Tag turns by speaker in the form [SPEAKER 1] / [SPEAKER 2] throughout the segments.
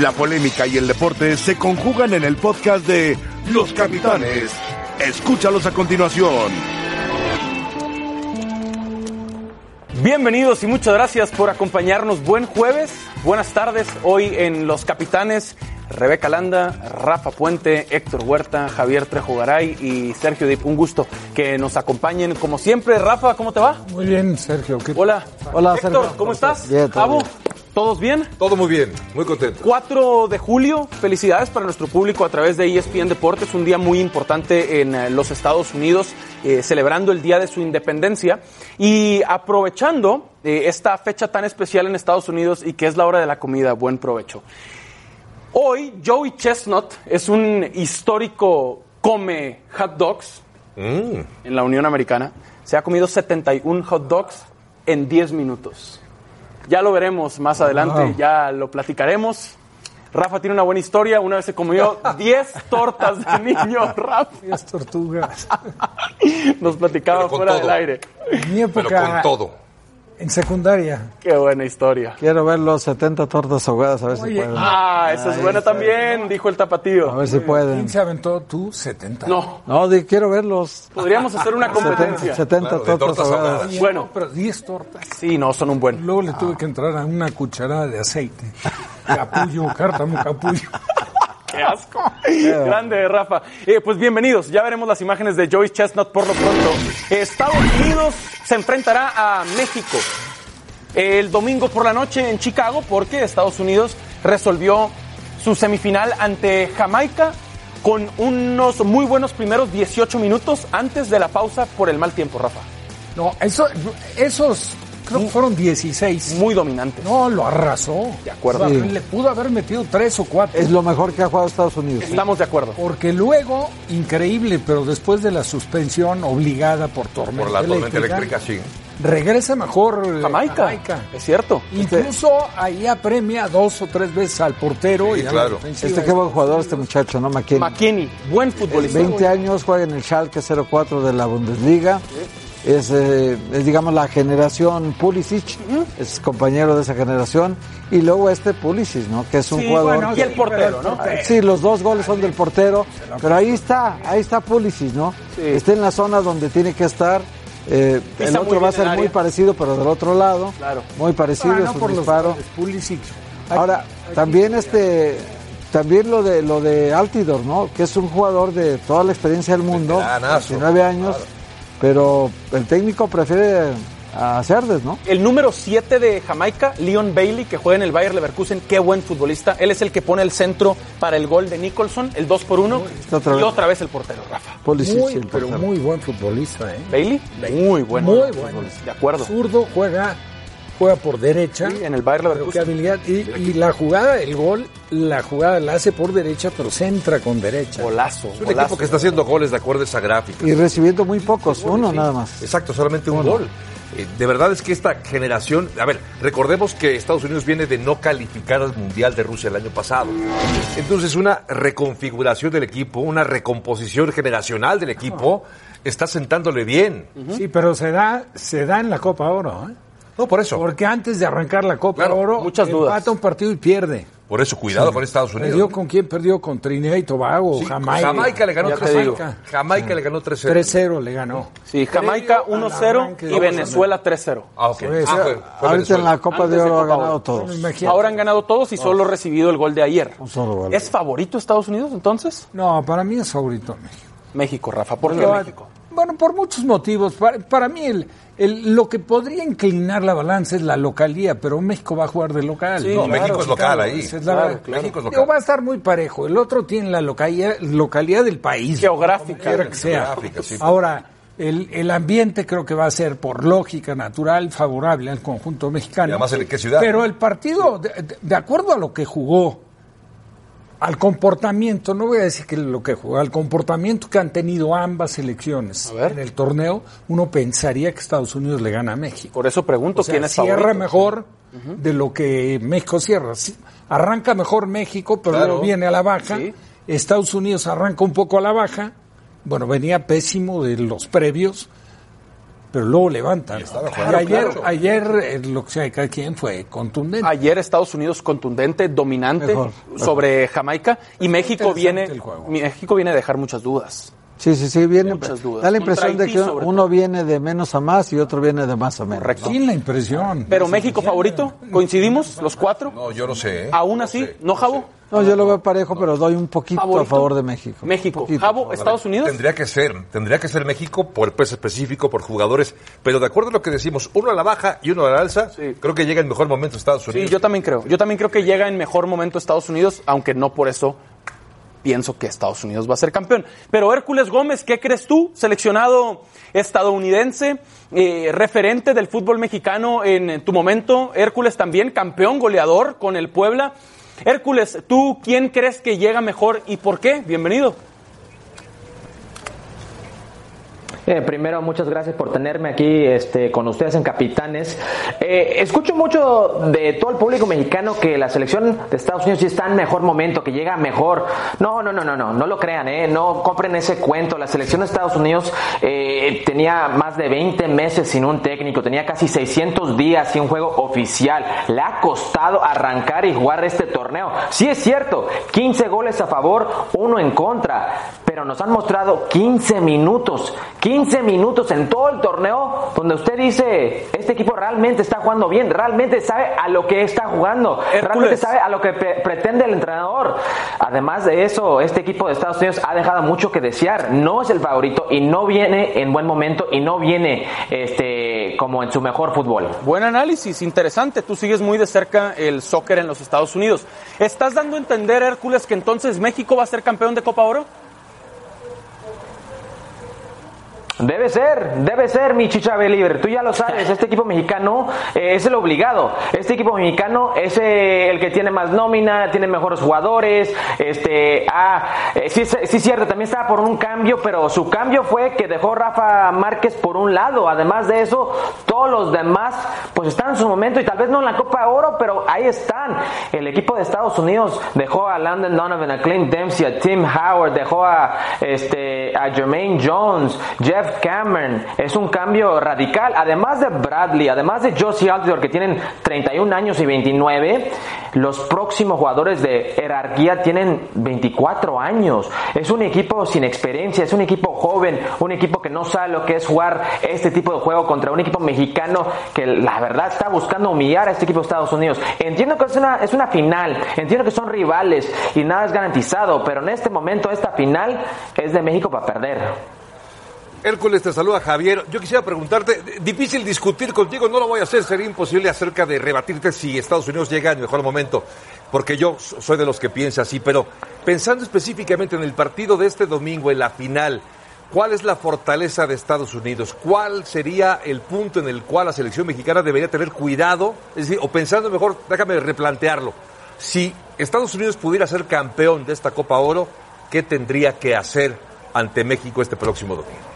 [SPEAKER 1] La polémica y el deporte se conjugan en el podcast de Los Capitanes. Escúchalos a continuación.
[SPEAKER 2] Bienvenidos y muchas gracias por acompañarnos. Buen jueves, buenas tardes. Hoy en Los Capitanes, Rebeca Landa, Rafa Puente, Héctor Huerta, Javier Trejo Garay y Sergio Dip. Un gusto que nos acompañen como siempre. Rafa, ¿cómo te va?
[SPEAKER 3] Muy bien, Sergio. ¿Qué-
[SPEAKER 2] Hola.
[SPEAKER 3] Hola,
[SPEAKER 2] Héctor,
[SPEAKER 3] Sergio.
[SPEAKER 2] ¿cómo estás?
[SPEAKER 3] Bien, todo
[SPEAKER 2] Javo,
[SPEAKER 3] bien.
[SPEAKER 2] ¿todos bien?
[SPEAKER 4] Todo muy bien, muy contento.
[SPEAKER 2] 4 de julio, felicidades para nuestro público a través de E ESPN Deportes, un día muy importante en eh, los Estados Unidos, eh, celebrando el Día de su Independencia y aprovechando eh, esta fecha tan especial en Estados Unidos y que es la hora de la comida, buen provecho. Hoy Joey Chestnut es un histórico come hot dogs
[SPEAKER 4] Mm.
[SPEAKER 2] en la Unión Americana. Se ha comido 71 hot dogs en 10 minutos. Ya lo veremos más adelante,
[SPEAKER 3] Wow.
[SPEAKER 2] ya lo platicaremos. Rafa tiene una buena historia, una vez se comió 10 tortas de niño, Rafa.
[SPEAKER 3] Las tortugas.
[SPEAKER 2] Nos platicaba
[SPEAKER 4] Pero con
[SPEAKER 2] fuera
[SPEAKER 4] todo.
[SPEAKER 2] del aire.
[SPEAKER 3] En
[SPEAKER 4] Pero
[SPEAKER 3] mi
[SPEAKER 4] con
[SPEAKER 3] época,
[SPEAKER 4] todo.
[SPEAKER 3] en secundaria,
[SPEAKER 2] Qué buena historia.
[SPEAKER 5] Quiero ver los 70 tortas ahogadas, a ver si
[SPEAKER 3] Oye,
[SPEAKER 5] pueden.
[SPEAKER 2] Ah, esa es buena también, dijo el tapatío.
[SPEAKER 5] A ver si pueden.
[SPEAKER 3] ¿quién se aventó tú? 70.
[SPEAKER 2] No,
[SPEAKER 5] No, di- quiero verlos.
[SPEAKER 2] podríamos hacer una competencia.
[SPEAKER 5] 70, 70
[SPEAKER 4] Claro, de
[SPEAKER 5] tortas,
[SPEAKER 4] tortas
[SPEAKER 5] ahogadas.
[SPEAKER 4] ahogadas.
[SPEAKER 2] Bueno.
[SPEAKER 3] No, pero 10 tortas.
[SPEAKER 2] Sí, no, son un buen.
[SPEAKER 3] Luego le tuve que entrar a una cucharada de aceite. Capullo, cártamo, capullo.
[SPEAKER 2] ¡Qué asco! Grande, Rafa. Eh, pues bienvenidos. Ya veremos las imágenes de Joyce Chestnut por lo pronto. Estados Unidos se enfrentará a México el domingo por la noche en Chicago porque Estados Unidos resolvió su semifinal ante Jamaica con unos muy buenos primeros 18 minutos antes de la pausa por el mal tiempo, Rafa.
[SPEAKER 3] No, eso, esos creo que fueron 16.
[SPEAKER 2] Muy dominante.
[SPEAKER 3] No, lo arrasó.
[SPEAKER 2] De acuerdo.
[SPEAKER 3] O sea,
[SPEAKER 5] Sí.
[SPEAKER 3] Le pudo haber metido 3 o 4.
[SPEAKER 5] Es lo mejor que ha jugado Estados Unidos.
[SPEAKER 2] Estamos de acuerdo.
[SPEAKER 3] Porque luego, increíble, pero después de la suspensión obligada por tormenta,
[SPEAKER 4] Por la tormenta eléctrica, sí.
[SPEAKER 3] regresa mejor eh,
[SPEAKER 2] Jamaica. Es cierto.
[SPEAKER 3] Incluso ahí apremia dos o tres veces al portero
[SPEAKER 4] Sí,
[SPEAKER 3] y a la
[SPEAKER 4] claro.
[SPEAKER 3] defensiva.
[SPEAKER 5] Este qué buen jugador, este muchacho, ¿no? McKinney.
[SPEAKER 2] McKinney, buen futbolista.
[SPEAKER 5] 20 años, juega en el Schalke 04 de la Bundesliga. Es, eh, es, digamos, la generación Pulisic, es compañero de esa generación. Y luego este Pulisic, ¿no? Que es un
[SPEAKER 2] Sí,
[SPEAKER 5] jugador...
[SPEAKER 2] bueno, y el portero, ¿no?
[SPEAKER 5] Ah, Sí, los dos goles son del portero, pero ahí está, ahí está Pulisic, ¿no?
[SPEAKER 2] Sí.
[SPEAKER 5] Está en la zona donde tiene que estar. eh,
[SPEAKER 2] Pisa
[SPEAKER 5] el
[SPEAKER 2] muy
[SPEAKER 5] otro
[SPEAKER 2] bien
[SPEAKER 5] va a ser
[SPEAKER 2] el área.
[SPEAKER 5] muy parecido, pero del otro lado.
[SPEAKER 2] Claro.
[SPEAKER 5] Muy parecido,
[SPEAKER 3] Ah,
[SPEAKER 5] es
[SPEAKER 3] no,
[SPEAKER 5] un
[SPEAKER 3] por los
[SPEAKER 5] disparo.
[SPEAKER 3] goles, Pulisic.
[SPEAKER 5] Ahora, también este también lo de lo de Altidor, ¿no? Que es un jugador de toda la experiencia del mundo,
[SPEAKER 4] Veteranazo.
[SPEAKER 5] 19 años, pero el técnico prefiere a Cerdes, ¿no?
[SPEAKER 2] El número 7 de Jamaica, Leon Bailey, que juega en el Bayer Leverkusen, qué buen futbolista. Él es el que pone el centro para el gol de Nicholson, el 2 por 1
[SPEAKER 5] Está otra
[SPEAKER 2] y
[SPEAKER 5] vez.
[SPEAKER 2] otra vez el portero, Rafa.
[SPEAKER 5] Pulisic,
[SPEAKER 3] Muy,
[SPEAKER 5] el
[SPEAKER 3] pero
[SPEAKER 5] portero.
[SPEAKER 3] muy buen futbolista, ¿eh?
[SPEAKER 2] Bailey, muy bueno.
[SPEAKER 3] Muy bueno.
[SPEAKER 2] De acuerdo.
[SPEAKER 3] Zurdo juega, juega por derecha.
[SPEAKER 2] Sí, en el Bayer
[SPEAKER 3] Pero qué
[SPEAKER 2] Leverkusen.
[SPEAKER 3] habilidad. Y, y la jugada, el gol, la jugada la hace por derecha, pero centra con derecha.
[SPEAKER 2] Golazo,
[SPEAKER 4] Es un
[SPEAKER 2] golazo.
[SPEAKER 4] equipo que está haciendo goles de acuerdo a esa gráfica.
[SPEAKER 5] Y recibiendo muy pocos, uno nada más.
[SPEAKER 4] Exacto, solamente un gol. Eh, de verdad es que esta generación, a ver, recordemos que Estados Unidos viene de no calificar al Mundial de Rusia el año pasado. Entonces, una reconfiguración del equipo, una recomposición generacional del equipo, está sentándole bien.
[SPEAKER 3] Sí, pero se da, se da en la Copa Oro, ¿eh?
[SPEAKER 4] No, por eso.
[SPEAKER 3] Porque antes de arrancar la Copa
[SPEAKER 4] Claro,
[SPEAKER 3] Oro,
[SPEAKER 2] muchas dudas.
[SPEAKER 3] empata un partido y pierde.
[SPEAKER 4] Por eso, cuidado con Estados Unidos.
[SPEAKER 3] ¿Perdió con quién? Perdió con Trinidad y Tobago,
[SPEAKER 4] Sí,
[SPEAKER 3] Jamaica.
[SPEAKER 4] le ganó
[SPEAKER 2] Ya te
[SPEAKER 4] 3-0.
[SPEAKER 2] digo.
[SPEAKER 4] Jamaica le ganó 3-0.
[SPEAKER 3] 3-0 le ganó.
[SPEAKER 2] Sí, Jamaica
[SPEAKER 3] Previo al
[SPEAKER 2] 1-0
[SPEAKER 3] arranque.
[SPEAKER 2] y Venezuela 3-0.
[SPEAKER 4] Ah, ok.
[SPEAKER 3] Sí,
[SPEAKER 4] Ah, fue-
[SPEAKER 3] sí.
[SPEAKER 4] fue
[SPEAKER 5] Ahorita en
[SPEAKER 4] Venezuela.
[SPEAKER 5] la Copa
[SPEAKER 2] Antes
[SPEAKER 5] de
[SPEAKER 2] de
[SPEAKER 5] Oro ha
[SPEAKER 2] Copa Oro.
[SPEAKER 5] ganado
[SPEAKER 3] No,
[SPEAKER 5] todos.
[SPEAKER 3] Pues, imagínate.
[SPEAKER 2] Ahora han ganado todos y solo recibido el gol de ayer.
[SPEAKER 5] Un solo gol.
[SPEAKER 2] ¿Es favorito Estados Unidos entonces?
[SPEAKER 3] No, para mí es favorito México.
[SPEAKER 2] México, Rafa. ¿Por qué
[SPEAKER 3] Pero,
[SPEAKER 2] México?
[SPEAKER 3] Bueno, por muchos motivos. Para, para mí, el, el- lo que podría inclinar la balanza es la localía, pero México va a jugar de local.
[SPEAKER 2] Sí,
[SPEAKER 4] No,
[SPEAKER 2] Claro,
[SPEAKER 4] México es local
[SPEAKER 3] claro,
[SPEAKER 4] ahí.
[SPEAKER 3] esa es la
[SPEAKER 2] Claro,
[SPEAKER 3] verdad.
[SPEAKER 4] México es
[SPEAKER 3] Digo, va a
[SPEAKER 4] local.
[SPEAKER 3] estar muy parejo. El otro tiene la localía, localidad del país.
[SPEAKER 2] Geográfica.
[SPEAKER 3] como quiera que sea.
[SPEAKER 4] Geográfica, sí.
[SPEAKER 3] Ahora, el, el ambiente creo que va a ser, por lógica natural, favorable al conjunto mexicano.
[SPEAKER 4] Y además, ¿en qué ciudad?
[SPEAKER 3] Pero el partido, de, de- de acuerdo a lo que jugó, al comportamiento, no voy a decir que lo que jugó, al comportamiento que han tenido ambas selecciones
[SPEAKER 2] A ver.
[SPEAKER 3] en el torneo, uno pensaría que Estados Unidos le gana a México.
[SPEAKER 2] Por eso pregunto
[SPEAKER 3] O sea,
[SPEAKER 2] quién es
[SPEAKER 3] cierra
[SPEAKER 2] favorito.
[SPEAKER 3] mejor de lo que México cierra. Sí, Arranca mejor México, pero
[SPEAKER 2] Claro.
[SPEAKER 3] luego viene a la baja.
[SPEAKER 2] Sí.
[SPEAKER 3] Estados Unidos arranca un poco a la baja. Bueno, venía pésimo de los previos. pero luego levantan.
[SPEAKER 4] estaba
[SPEAKER 3] Ahora,
[SPEAKER 4] jugando,
[SPEAKER 3] ayer,
[SPEAKER 4] claro.
[SPEAKER 3] ayer eh, lo que sea de cada quien fue contundente.
[SPEAKER 2] Ayer Estados Unidos contundente, dominante
[SPEAKER 5] Mejor,
[SPEAKER 2] sobre Jamaica y México
[SPEAKER 3] interesante
[SPEAKER 2] viene,
[SPEAKER 3] el juego.
[SPEAKER 2] México viene a dejar muchas dudas.
[SPEAKER 5] Sí, sí, sí, viene,
[SPEAKER 2] Muchas dudas.
[SPEAKER 5] da la
[SPEAKER 2] Contra
[SPEAKER 5] impresión de
[SPEAKER 2] Haití,
[SPEAKER 5] que
[SPEAKER 2] sobre
[SPEAKER 5] uno viene de menos a más y otro viene de más a menos.
[SPEAKER 2] Correcto.
[SPEAKER 3] Sí, la impresión.
[SPEAKER 2] Pero México favorito, coincidimos los cuatro.
[SPEAKER 4] No, yo no sé. ¿eh?
[SPEAKER 2] Aún
[SPEAKER 4] No
[SPEAKER 2] así,
[SPEAKER 4] sé,
[SPEAKER 2] ¿no, Javo?
[SPEAKER 5] No, yo lo veo parejo, pero doy un poquito
[SPEAKER 2] ¿Favorito?
[SPEAKER 5] a favor de México.
[SPEAKER 2] México,
[SPEAKER 5] Poquito.
[SPEAKER 2] Javo, Estados Unidos.
[SPEAKER 4] Tendría que ser, tendría que ser México por peso específico, por jugadores, pero de acuerdo a lo que decimos, uno a la baja y uno a la alza,
[SPEAKER 2] Sí.
[SPEAKER 4] creo que llega el mejor momento Estados
[SPEAKER 2] Sí,
[SPEAKER 4] Unidos.
[SPEAKER 2] yo también creo. Yo también creo que llega en mejor momento Estados Unidos, aunque no por eso pienso que Estados Unidos va a ser campeón. Pero Hércules Gómez, ¿qué crees tú? Seleccionado estadounidense, eh, referente del fútbol mexicano en tu momento. Hércules también campeón goleador con el Puebla. Hércules, ¿tú quién crees que llega mejor y por qué? Bienvenido.
[SPEAKER 6] Eh, primero, muchas gracias por tenerme aquí este, con ustedes en Capitanes. Eh, escucho mucho de todo el público mexicano que la selección de Estados Unidos sí está en mejor momento, que llega mejor. No, no, no, no, no, no lo crean, eh, no compren ese cuento. La selección de Estados Unidos eh, tenía más de 20 meses sin un técnico, tenía casi 600 días sin un juego oficial. Le ha costado arrancar y jugar este torneo. Sí es cierto, 15 goles a favor, uno en contra pero nos han mostrado 15 minutos, 15 minutos en todo el torneo donde usted dice, este equipo realmente está jugando bien, realmente sabe a lo que está jugando,
[SPEAKER 2] Hércules.
[SPEAKER 6] realmente sabe a lo que pre- pretende el entrenador. Además de eso, este equipo de Estados Unidos ha dejado mucho que desear, no es el favorito y no viene en buen momento y no viene este como en su mejor fútbol.
[SPEAKER 2] Buen análisis, interesante. Tú sigues muy de cerca el soccer en los Estados Unidos. ¿Estás dando a entender, Hércules, que entonces México va a ser campeón de Copa Oro?
[SPEAKER 6] Debe ser, debe ser, mi chicha Believer. Tú ya lo sabes, este equipo mexicano eh, es el obligado. Este equipo mexicano es eh, el que tiene más nómina, tiene mejores jugadores. Este, ah, eh, sí, es- sí, es cierto, también estaba por un cambio, pero su cambio fue que dejó Rafa Márquez por un lado. Además de eso, todos los demás, pues están en su momento y tal vez no en la Copa Oro, pero ahí están. El equipo de Estados Unidos dejó a Landon Donovan, a Clint Dempsey, a Tim Howard, dejó a, este, a Jermaine Jones, Jeff Cameron. Es un cambio radical. Además de Bradley, además de Josie Altidore, que tienen 31 años y 29, los próximos jugadores de jerarquía tienen 24 años. Es un equipo sin experiencia, es un equipo joven, un equipo que no sabe lo que es jugar este tipo de juego contra un equipo mexicano que la verdad está buscando humillar a este equipo de Estados Unidos. Entiendo que es una, es una final, entiendo que son rivales y nada es garantizado, pero en este momento esta final es de México para perder.
[SPEAKER 4] Hércules, te saluda Javier. Yo quisiera preguntarte, difícil discutir contigo, no lo voy a hacer, sería imposible acerca de rebatirte si Estados Unidos llega en el mejor momento, porque yo so- soy de los que piensa así, pero pensando específicamente en el partido de este domingo, en la final, ¿cuál es la fortaleza de Estados Unidos? ¿Cuál sería el punto en el cual la selección mexicana debería tener cuidado? Es decir, o pensando mejor, déjame replantearlo, si Estados Unidos pudiera ser campeón de esta Copa Oro, ¿qué tendría que hacer ante México este próximo domingo?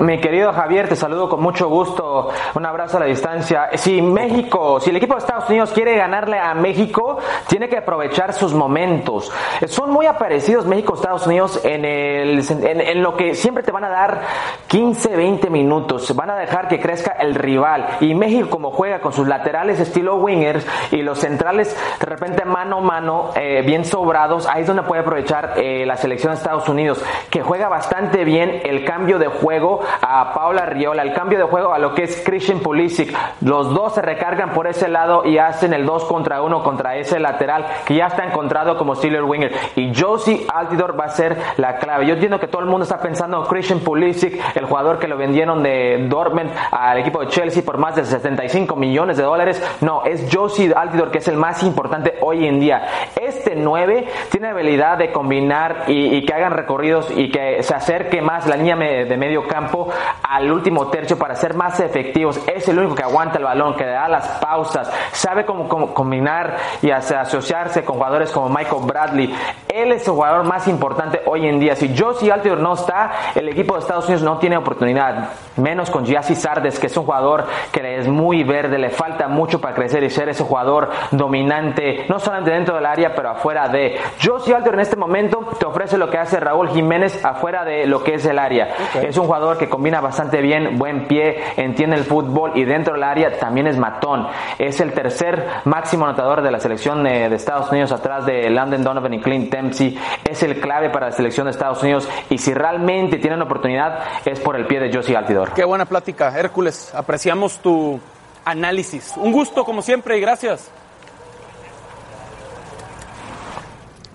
[SPEAKER 6] Mi querido Javier, te saludo con mucho gusto. Un abrazo a la distancia. Si México, si el equipo de Estados Unidos quiere ganarle a México, tiene que aprovechar sus momentos. Eh, Son muy aparecidos México y Estados Unidos en, el, en, en lo que siempre te van a dar 15, 20 minutos. Van a dejar que crezca el rival. Y México, como juega con sus laterales estilo wingers y los centrales de repente mano a mano, eh, bien sobrados, ahí es donde puede aprovechar eh, la selección de Estados Unidos, que juega bastante bien el cambio de juego a Paula Riola, el cambio de juego a lo que es Christian Pulisic. Los dos se recargan por ese lado y hacen el 2 contra 1 contra ese lateral que ya está encontrado como Steeler Winger. Y Josie Altidor va a ser la clave. Yo entiendo que todo el mundo está pensando en Christian Pulisic, el jugador que lo vendieron de Dortmund al equipo de Chelsea por más de 75 millones de dólares. No, es Josie Altidor que es el más importante hoy en día. Este 9 tiene habilidad de combinar y, y que hagan recorridos y que se acerque más la línea me- de medio campo al último tercio para ser más efectivos. Es el único que aguanta el balón, que da las pausas, sabe cómo, cómo combinar y hace- asociarse con jugadores como Michael Bradley. Él es el jugador más importante hoy en día. Si Josie Altidor no está, el equipo de Estados Unidos no tiene oportunidad. menos con Giassi Sardes, que es un jugador que le es muy verde, le falta mucho para crecer y ser ese jugador dominante, no solamente dentro del área, pero afuera de. Josie Alter en este momento te ofrece lo que hace Raúl Jiménez afuera de lo que es el área. Es un jugador que combina bastante bien, buen pie, entiende el fútbol y dentro del área también es matón. Es el tercer máximo anotador de la selección eh, de Estados Unidos atrás de Landon Donovan y Clint Dempsey. Es el clave para la selección de Estados Unidos y si realmente tienen oportunidad es por el pie de Josie Altidor.
[SPEAKER 2] Qué buena plática, Hércules. Apreciamos tu análisis. Un gusto, como siempre, y gracias.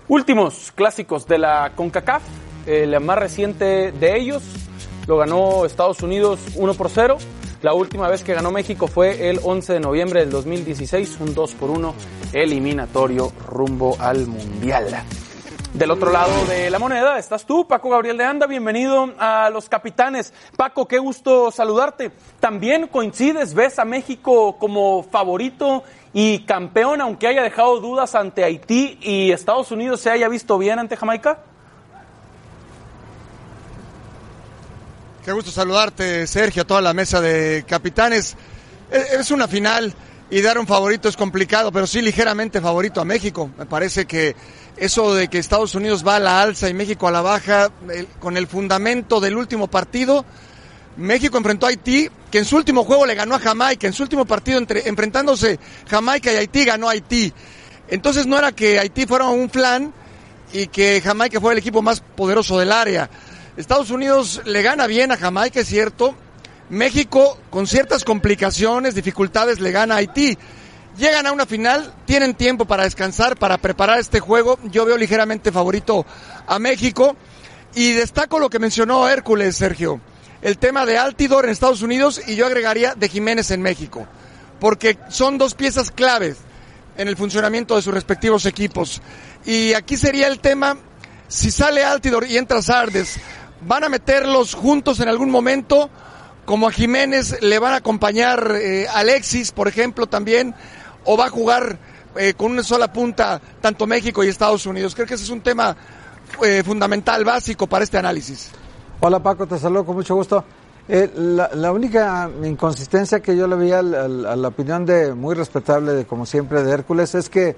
[SPEAKER 2] Últimos clásicos de la CONCACAF. El más reciente de ellos lo ganó Estados Unidos 1 por 0. La última vez que ganó México fue el 11 de noviembre del 2016, un 2 por 1 eliminatorio rumbo al Mundial. Del otro lado de la moneda estás tú, Paco Gabriel de Anda. Bienvenido a los capitanes. Paco, qué gusto saludarte. También coincides, ves a México como favorito y campeón, aunque haya dejado dudas ante Haití y Estados Unidos se haya visto bien ante Jamaica.
[SPEAKER 7] Qué gusto saludarte, Sergio, a toda la mesa de capitanes. E- Es una final y dar un favorito es complicado, pero sí ligeramente favorito a México. Me parece que eso de que Estados Unidos va a la alza y México a la baja, el- con el fundamento del último partido, México enfrentó a Haití, que en su último juego le ganó a Jamaica, en su último partido entre, enfrentándose Jamaica y Haití ganó a Haití. Entonces no era que Haití fuera un flan y que Jamaica fuera el equipo más poderoso del área. Estados Unidos le gana bien a Jamaica, es cierto. México, con ciertas complicaciones, dificultades, le gana a Haití. Llegan a una final, tienen tiempo para descansar, para preparar este juego. Yo veo ligeramente favorito a México. Y destaco lo que mencionó Hércules, Sergio. El tema de Altidor en Estados Unidos y yo agregaría de Jiménez en México. Porque son dos piezas claves en el funcionamiento de sus respectivos equipos. Y aquí sería el tema, si sale Altidor y entra Sardes, ¿van a meterlos juntos en algún momento? Como a Jiménez le van a acompañar eh, Alexis, por ejemplo, también, o va a jugar eh, con una sola punta tanto México y Estados Unidos. Creo que ese es un tema eh, fundamental, básico para este análisis.
[SPEAKER 5] Hola Paco, te saludo con mucho gusto. Eh, la, la única inconsistencia que yo le veía al- al- a la opinión de muy respetable, de como siempre, de Hércules, es que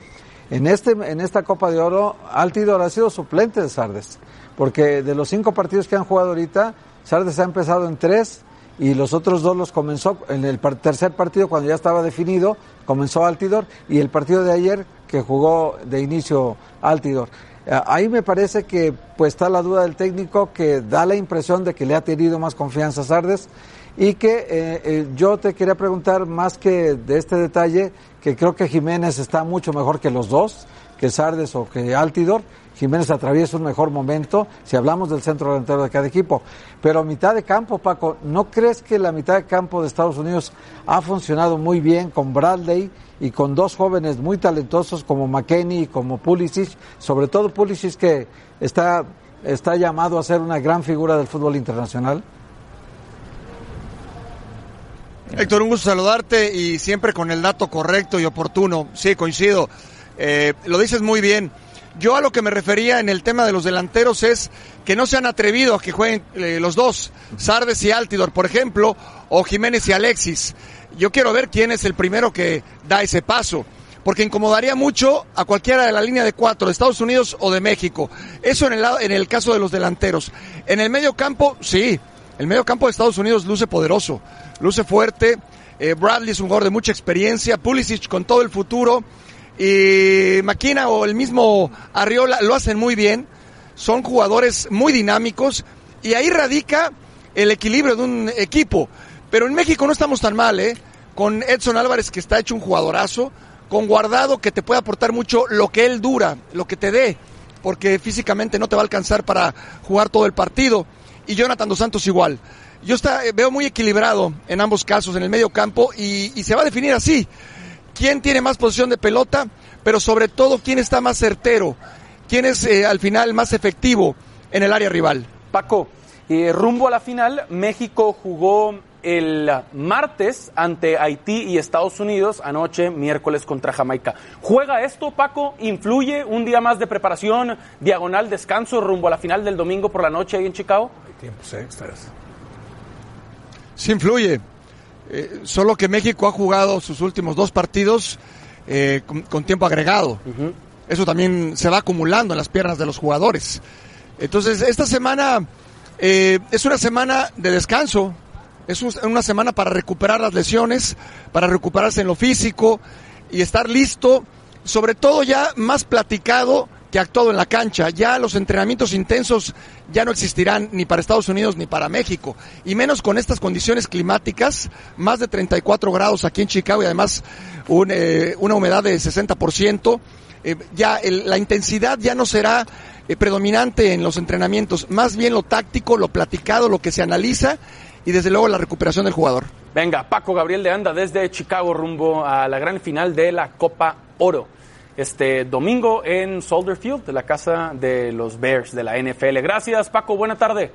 [SPEAKER 5] en, este, en esta Copa de Oro, Altidor ha sido suplente de Sardes, porque de los cinco partidos que han jugado ahorita, Sardes ha empezado en tres y los otros dos los comenzó en el par- tercer partido cuando ya estaba definido, comenzó Altidor y el partido de ayer que jugó de inicio Altidor. Ah, Ahí me parece que pues está la duda del técnico que da la impresión de que le ha tenido más confianza a Sardes y que eh, eh, yo te quería preguntar más que de este detalle que creo que Jiménez está mucho mejor que los dos, que Sardes o que Altidor. Jiménez atraviesa un mejor momento si hablamos del centro delantero de cada equipo. Pero mitad de campo, Paco, ¿no crees que la mitad de campo de Estados Unidos ha funcionado muy bien con Bradley y con dos jóvenes muy talentosos como McKenny y como Pulisic? Sobre todo Pulisic que está, está llamado a ser una gran figura del fútbol internacional.
[SPEAKER 7] Héctor, un gusto saludarte y siempre con el dato correcto y oportuno. Sí, coincido. Eh, lo dices muy bien. Yo a lo que me refería en el tema de los delanteros es que no se han atrevido a que jueguen eh, los dos, Sardes y Altidor, por ejemplo, o Jiménez y Alexis. Yo quiero ver quién es el primero que da ese paso, porque incomodaría mucho a cualquiera de la línea de cuatro, de Estados Unidos o de México. Eso en el, lado- en el caso de los delanteros. En el medio campo, sí, el medio campo de Estados Unidos luce poderoso, luce fuerte. Eh, Bradley es un jugador de mucha experiencia. Pulisic con todo el futuro. Y Maquina o el mismo Arriola lo hacen muy bien. Son jugadores muy dinámicos. Y ahí radica el equilibrio de un equipo. Pero en México no estamos tan mal, ¿eh? Con Edson Álvarez, que está hecho un jugadorazo. Con Guardado, que te puede aportar mucho lo que él dura, lo que te dé. Porque físicamente no te va a alcanzar para jugar todo el partido y Jonathan dos Santos igual. Yo está, eh, veo muy equilibrado en ambos casos, en el medio campo, y, y se va a definir así. ¿Quién tiene más posición de pelota? Pero sobre todo, ¿quién está más certero? ¿Quién es eh, al final más efectivo en el área rival?
[SPEAKER 2] Paco, eh, rumbo a la final, México jugó el martes ante Haití y Estados Unidos, anoche miércoles contra Jamaica. ¿Juega esto, Paco? ¿Influye un día más de preparación, diagonal descanso rumbo a la final del domingo por la noche ahí en Chicago?
[SPEAKER 3] Tiempos extras.
[SPEAKER 7] sí influye. Eh, solo que México ha jugado sus últimos dos partidos eh, con, con, tiempo agregado. Uh -huh. Eso también se va acumulando en las piernas de los jugadores. Entonces, esta semana eh, es una semana de descanso. Es un, una semana para recuperar las lesiones, para recuperarse en lo físico y estar listo, sobre todo ya más platicado que actuado en la cancha. Ya los entrenamientos intensos ya no existirán ni para Estados Unidos ni para México. Y menos con estas condiciones climáticas, más de 34 grados aquí en Chicago y además un, eh, una humedad de 60%. Eh, ya el, la intensidad ya no será eh, predominante en los entrenamientos, más bien lo táctico, lo platicado, lo que se analiza y desde luego la recuperación del jugador.
[SPEAKER 2] Venga, Paco Gabriel de Anda desde Chicago rumbo a la gran final de la Copa Oro este domingo en Soldier Field, de la casa de los Bears de la NFL. Gracias, Paco. Buena tarde.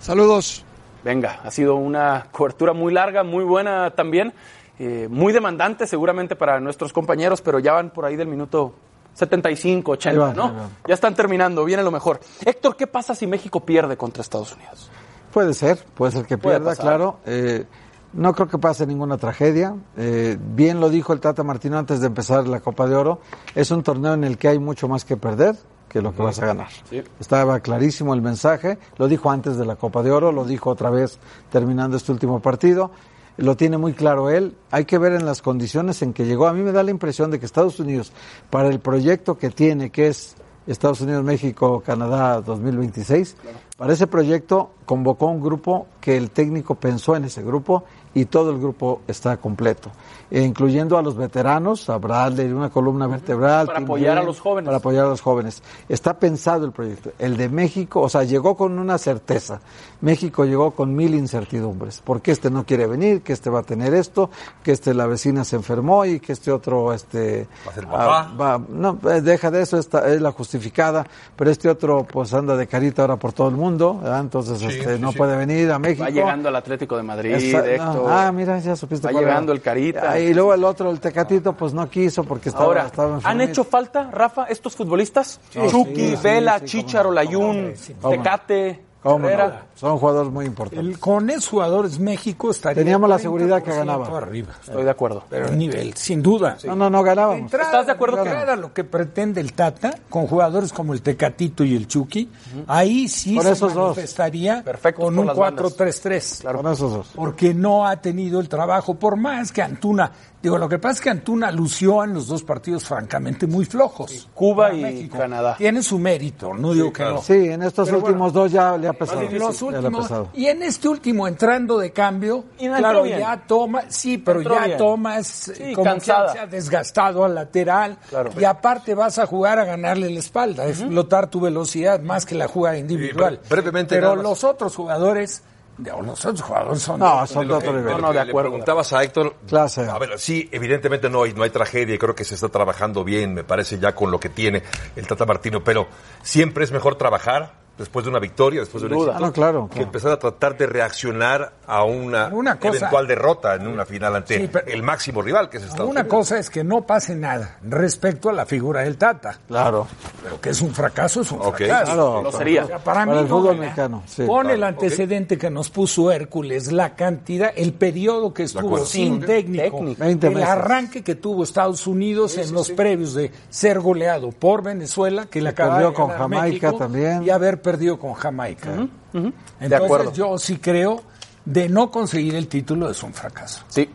[SPEAKER 7] Saludos.
[SPEAKER 2] Venga, ha sido una cobertura muy larga, muy buena también, eh, muy demandante seguramente para nuestros compañeros, pero ya van por ahí del minuto 75, 80, va, ¿no? Ya están terminando, viene lo mejor. Héctor, ¿qué pasa si México pierde contra Estados Unidos?
[SPEAKER 5] Puede ser, puede ser que puede pierda, pasar. claro. Eh, no creo que pase ninguna tragedia. Eh, bien lo dijo el Tata Martino antes de empezar la Copa de Oro. Es un torneo en el que hay mucho más que perder que lo que vas a ganar. Sí. Estaba clarísimo el mensaje. Lo dijo antes de la Copa de Oro, lo dijo otra vez terminando este último partido. Lo tiene muy claro él. Hay que ver en las condiciones en que llegó. A mí me da la impresión de que Estados Unidos, para el proyecto que tiene, que es Estados Unidos, México, Canadá 2026, claro. para ese proyecto convocó un grupo que el técnico pensó en ese grupo y todo el grupo está completo, e incluyendo a los veteranos, a Bradley, una columna vertebral.
[SPEAKER 2] Para apoyar Green, a los jóvenes.
[SPEAKER 5] Para apoyar a los jóvenes. Está pensado el proyecto. El de México, o sea, llegó con una certeza. México llegó con mil incertidumbres, porque este no quiere venir, que este va a tener esto, que este la vecina se enfermó y que este otro, este...
[SPEAKER 4] Va a ser papá.
[SPEAKER 5] Va, no, eh, deja de eso, esta es la justificada, pero este otro pues anda de carita ahora por todo el mundo, ¿verdad? entonces sí, este, sí, no sí. puede venir a México.
[SPEAKER 2] Va llegando al Atlético de Madrid, Esta, Héctor. No.
[SPEAKER 5] Ah, mira, ya supiste.
[SPEAKER 2] Va llegando era. el Carita.
[SPEAKER 5] Ah, y luego el otro, el Tecatito, pues no quiso porque estaba,
[SPEAKER 2] Ahora,
[SPEAKER 5] estaba
[SPEAKER 2] ¿han hecho falta, Rafa, estos futbolistas? Chucky, Vela, Chicharo, Layún, Tecate...
[SPEAKER 5] ¿Cómo no? Son jugadores muy importantes.
[SPEAKER 3] El, con esos jugadores México estaría.
[SPEAKER 5] Teníamos la seguridad que ganaba.
[SPEAKER 3] Arriba.
[SPEAKER 2] Estoy de acuerdo.
[SPEAKER 3] Pero el nivel, sin duda.
[SPEAKER 5] Sí. No, no, no ganábamos.
[SPEAKER 3] Entrada, ¿Estás de acuerdo que era lo que pretende el Tata con jugadores como el Tecatito y el Chucky? Uh -huh. Ahí sí
[SPEAKER 5] por
[SPEAKER 3] se
[SPEAKER 5] esos
[SPEAKER 3] manifestaría
[SPEAKER 5] dos.
[SPEAKER 3] Perfecto, con un 4-3-3.
[SPEAKER 5] Claro. Con esos dos.
[SPEAKER 3] Porque no ha tenido el trabajo, por más que Antuna. Digo, lo que pasa es que Antuna lució en los dos partidos francamente muy flojos. Sí.
[SPEAKER 2] Cuba y México. Canadá.
[SPEAKER 3] Tiene su mérito, no digo sí, que claro. no.
[SPEAKER 5] Sí, en estos Pero últimos bueno, dos ya le ha Pesado,
[SPEAKER 3] los últimos, y en este último entrando de cambio, y claro, bien. ya toma, sí, pero entró ya bien. tomas sí, como cansada. Que se ha desgastado al lateral claro. y aparte vas a jugar a ganarle la espalda, uh -huh. explotar tu velocidad más que la jugada individual.
[SPEAKER 4] Sí, brevemente
[SPEAKER 3] pero los otros jugadores los otros jugadores son
[SPEAKER 5] no, de, son de, otro nivel.
[SPEAKER 4] No, no, de acuerdo. Le preguntabas a Héctor.
[SPEAKER 5] Clase.
[SPEAKER 4] A ver, sí, evidentemente no hay, no hay tragedia. Creo que se está trabajando bien, me parece, ya con lo que tiene el Tata Martino. Pero siempre es mejor trabajar después de una victoria, después de un éxito,
[SPEAKER 5] ah, no, claro, claro.
[SPEAKER 4] que empezar a tratar de reaccionar a una, una cosa, eventual derrota en una final ante sí, el máximo rival que es Estados
[SPEAKER 3] Una
[SPEAKER 4] Unidos.
[SPEAKER 3] cosa es que no pase nada respecto a la figura del Tata.
[SPEAKER 5] Claro.
[SPEAKER 3] Pero que es un fracaso, es un okay. fracaso. Claro,
[SPEAKER 2] lo sería. O
[SPEAKER 3] sea, para, para, mí
[SPEAKER 5] el
[SPEAKER 3] no,
[SPEAKER 5] fútbol mexicano.
[SPEAKER 3] Sí, con el antecedente okay. que nos puso Hércules, la cantidad, el periodo que estuvo sin okay. técnico, técnico el meses. arranque que tuvo Estados Unidos sí, en los previos de ser goleado por Venezuela, que le acabó
[SPEAKER 5] con Jamaica México, también.
[SPEAKER 3] Y haber perdido con Jamaica. Uh -huh, uh -huh. Entonces, de acuerdo. yo sí creo de no conseguir el título es un fracaso.
[SPEAKER 2] Sí.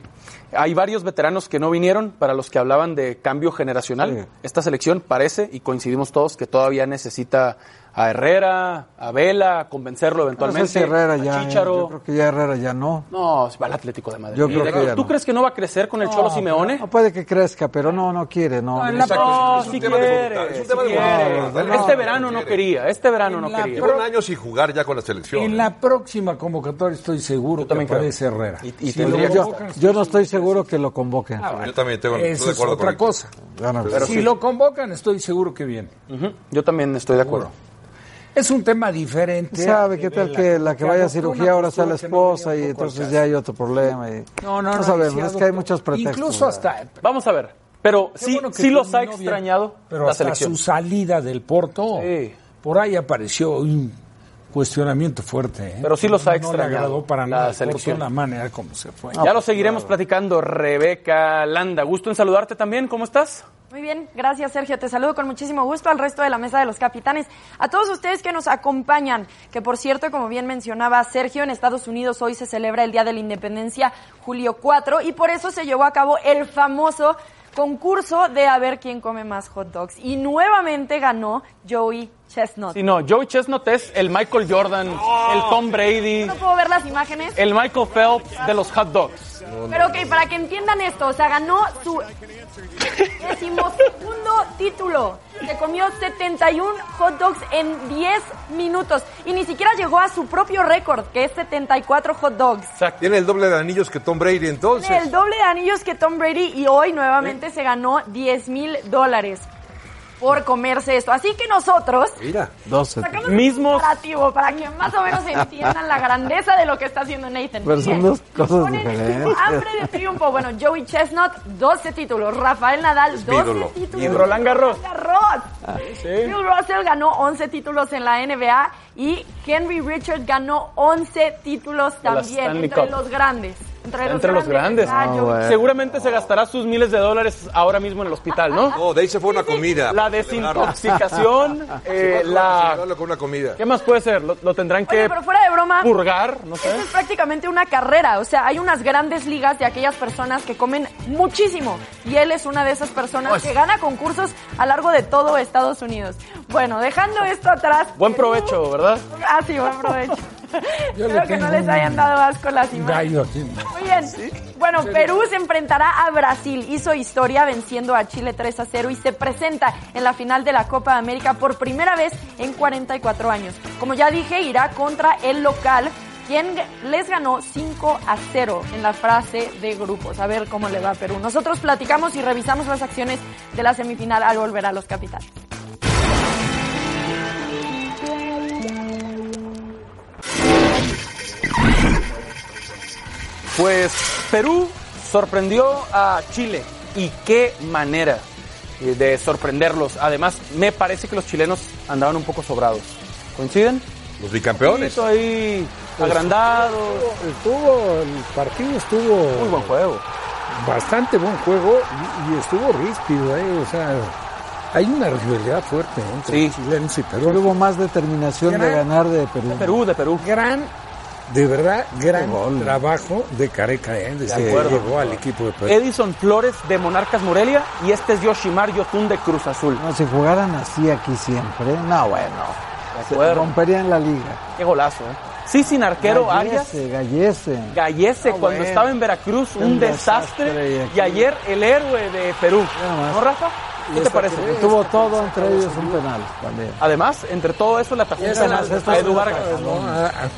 [SPEAKER 2] Hay varios veteranos que no vinieron para los que hablaban de cambio generacional. Sí. Esta selección parece, y coincidimos todos, que todavía necesita a Herrera, a Vela, a convencerlo eventualmente.
[SPEAKER 5] No sé si Herrera
[SPEAKER 2] a
[SPEAKER 5] ya, Chicharo. Yo creo que ya Herrera ya no.
[SPEAKER 2] No, va al Atlético de Madrid.
[SPEAKER 5] Yo creo que ya
[SPEAKER 2] Eh, ¿Tú
[SPEAKER 5] no.
[SPEAKER 2] crees que no va a crecer con el
[SPEAKER 5] no,
[SPEAKER 2] Cholo Simeone?
[SPEAKER 5] No puede que crezca, pero no, no quiere, no.
[SPEAKER 2] No, no si quiere. Este verano no quería, este verano no quería.
[SPEAKER 4] Lleva un año sin jugar ya con la selección.
[SPEAKER 3] En la próxima convocatoria estoy seguro que aparece Herrera.
[SPEAKER 5] Y, y si yo, yo, no estoy seguro que lo convoquen.
[SPEAKER 4] Ah, bueno. Yo también tengo
[SPEAKER 3] Eso es otra cosa. Si lo convocan, estoy seguro que viene.
[SPEAKER 2] Yo también estoy de acuerdo.
[SPEAKER 3] Es un tema diferente.
[SPEAKER 5] ¿Sabe qué tal que la que vaya a cirugía ahora sea la esposa y entonces ya hay otro problema? Y...
[SPEAKER 3] No, no, no.
[SPEAKER 5] No sabemos, es que hay muchos pretextos.
[SPEAKER 3] Incluso hasta.
[SPEAKER 2] Vamos a ver, pero sí, bueno sí los ha extrañado
[SPEAKER 3] pero
[SPEAKER 2] la selección.
[SPEAKER 3] su salida del Porto, sí. por ahí apareció un cuestionamiento fuerte. ¿eh?
[SPEAKER 2] Pero sí los ha extrañado.
[SPEAKER 3] No le agradó para
[SPEAKER 2] la
[SPEAKER 3] nada.
[SPEAKER 2] selección.
[SPEAKER 3] Por la manera como se fue.
[SPEAKER 2] ya lo seguiremos platicando, Rebeca Landa. Gusto en saludarte también. ¿Cómo estás?
[SPEAKER 8] Muy bien, gracias Sergio. Te saludo con muchísimo gusto al resto de la mesa de los capitanes, a todos ustedes que nos acompañan, que por cierto, como bien mencionaba Sergio, en Estados Unidos hoy se celebra el Día de la Independencia, julio 4, y por eso se llevó a cabo el famoso concurso de a ver quién come más hot dogs. Y nuevamente ganó Joey Chestnut.
[SPEAKER 2] Sí, no, Joey Chestnut es el Michael Jordan, el Tom Brady,
[SPEAKER 8] No puedo ver las imágenes.
[SPEAKER 2] el Michael Phelps de los hot dogs.
[SPEAKER 8] Pero ok, para que entiendan esto, o sea, ganó su decimosegundo título. Se comió 71 hot dogs en 10 minutos y ni siquiera llegó a su propio récord, que es 74 hot dogs.
[SPEAKER 4] Tiene el doble de anillos que Tom Brady entonces.
[SPEAKER 8] Tiene el doble de anillos que Tom Brady y hoy nuevamente se ganó 10 mil dólares por comerse esto. Así que nosotros
[SPEAKER 4] Mira.
[SPEAKER 5] 12.
[SPEAKER 8] sacamos
[SPEAKER 2] Mismos-
[SPEAKER 8] un comparativo para que más o menos entiendan la grandeza de lo que está haciendo Nathan.
[SPEAKER 5] Pero son
[SPEAKER 8] Bien.
[SPEAKER 5] dos cosas
[SPEAKER 8] Ponen
[SPEAKER 5] diferentes.
[SPEAKER 8] Hambre de triunfo. Bueno, Joey Chestnut, 12 títulos. Rafael Nadal, 12
[SPEAKER 4] ídolo.
[SPEAKER 8] títulos.
[SPEAKER 2] Y Roland Garros.
[SPEAKER 8] Garros.
[SPEAKER 5] Ah,
[SPEAKER 8] Bill Russell ganó 11 títulos en la NBA y Henry Richard ganó 11 títulos
[SPEAKER 2] la
[SPEAKER 8] también
[SPEAKER 2] Stanley
[SPEAKER 8] entre
[SPEAKER 2] Cup.
[SPEAKER 8] los grandes. Entre los
[SPEAKER 2] Entre los
[SPEAKER 8] grandes.
[SPEAKER 2] grandes.
[SPEAKER 8] está
[SPEAKER 5] Ah,
[SPEAKER 8] Joey
[SPEAKER 5] bueno.
[SPEAKER 2] Seguramente se gastará sus miles de dólares ahora mismo en el hospital, ¿no?
[SPEAKER 4] No, de ahí se fue una comida.
[SPEAKER 2] La
[SPEAKER 4] para celebrarlo.
[SPEAKER 2] desintoxicación, eh, la...
[SPEAKER 4] Celebrarlo con una comida.
[SPEAKER 2] ¿Qué más puede ser? Lo, lo tendrán
[SPEAKER 8] Oye,
[SPEAKER 2] que
[SPEAKER 8] pero fuera de broma.
[SPEAKER 2] purgar, no sé.
[SPEAKER 8] Esto es prácticamente una carrera, o sea, hay unas grandes ligas de aquellas personas que comen muchísimo y él es una de esas personas
[SPEAKER 3] Pues.
[SPEAKER 8] que gana concursos a largo de todo Estados Unidos. Bueno, dejando esto atrás.
[SPEAKER 2] Buen provecho, ¿verdad?
[SPEAKER 8] Ah, sí, buen provecho.
[SPEAKER 3] Yo le
[SPEAKER 8] Espero que
[SPEAKER 3] tengo
[SPEAKER 8] no les
[SPEAKER 3] un-
[SPEAKER 8] hayan dado asco las
[SPEAKER 3] Un
[SPEAKER 8] imágenes.
[SPEAKER 3] gallo aquí.
[SPEAKER 8] Muy bien. Bueno, Perú se enfrentará a Brasil. Hizo historia venciendo a Chile 3 a 0 y se presenta en la final de la Copa de América por primera vez en 44 años. Como ya dije, irá contra el local, quien les ganó 5 a 0 en la frase de grupos. A ver cómo le va a Perú. Nosotros platicamos y revisamos las acciones de la semifinal al volver a los capitales.
[SPEAKER 2] Pues Perú sorprendió a Chile y qué manera eh, de sorprenderlos. Además, me parece que los chilenos andaban un poco sobrados. ¿Coinciden?
[SPEAKER 4] Los bicampeones.
[SPEAKER 2] Poquito ahí agrandado,
[SPEAKER 3] Estuvo, el partido estuvo.
[SPEAKER 2] muy buen juego.
[SPEAKER 3] bastante buen juego y, y estuvo ríspido, ¿eh? o sea, hay una rivalidad fuerte entre
[SPEAKER 2] Sí.
[SPEAKER 3] chilenos y peruanos.
[SPEAKER 5] Hubo más determinación de
[SPEAKER 3] Gran-
[SPEAKER 5] ganar de Perú.
[SPEAKER 2] Perú de Perú.
[SPEAKER 3] Gran, de verdad, gran
[SPEAKER 5] gol.
[SPEAKER 3] trabajo de Careca, ¿eh? desde que
[SPEAKER 2] acuerdo.
[SPEAKER 3] llegó al equipo de
[SPEAKER 5] Pues-
[SPEAKER 3] Perú.
[SPEAKER 2] Edison Flores de Monarcas Morelia y este es Yoshimar Yotun de Cruz Azul.
[SPEAKER 5] No, si jugaran así aquí siempre, no, bueno.
[SPEAKER 2] De
[SPEAKER 5] Se
[SPEAKER 2] acuerdo.
[SPEAKER 5] romperían la liga.
[SPEAKER 2] Qué golazo, ¿eh? Sí, sin arquero Arias.
[SPEAKER 5] Gallese, Gallese.
[SPEAKER 2] Gallese,
[SPEAKER 5] Ah,
[SPEAKER 2] cuando
[SPEAKER 5] bueno.
[SPEAKER 2] estaba en Veracruz,
[SPEAKER 5] Un
[SPEAKER 2] un, desastre.
[SPEAKER 5] desastre, y aquí-
[SPEAKER 2] Y ayer el héroe de Perú.
[SPEAKER 5] Nada más.
[SPEAKER 2] ¿No, Rafa? ¿Qué te parece?
[SPEAKER 5] Tuvo todo, entre ellos un penal también.
[SPEAKER 2] Además, entre todo eso, la atajó un
[SPEAKER 5] esa
[SPEAKER 2] penal
[SPEAKER 5] más, esto
[SPEAKER 2] a
[SPEAKER 5] es
[SPEAKER 2] Edu
[SPEAKER 5] una
[SPEAKER 2] Vargas.
[SPEAKER 5] tajada.
[SPEAKER 3] No, a- a-
[SPEAKER 4] ah.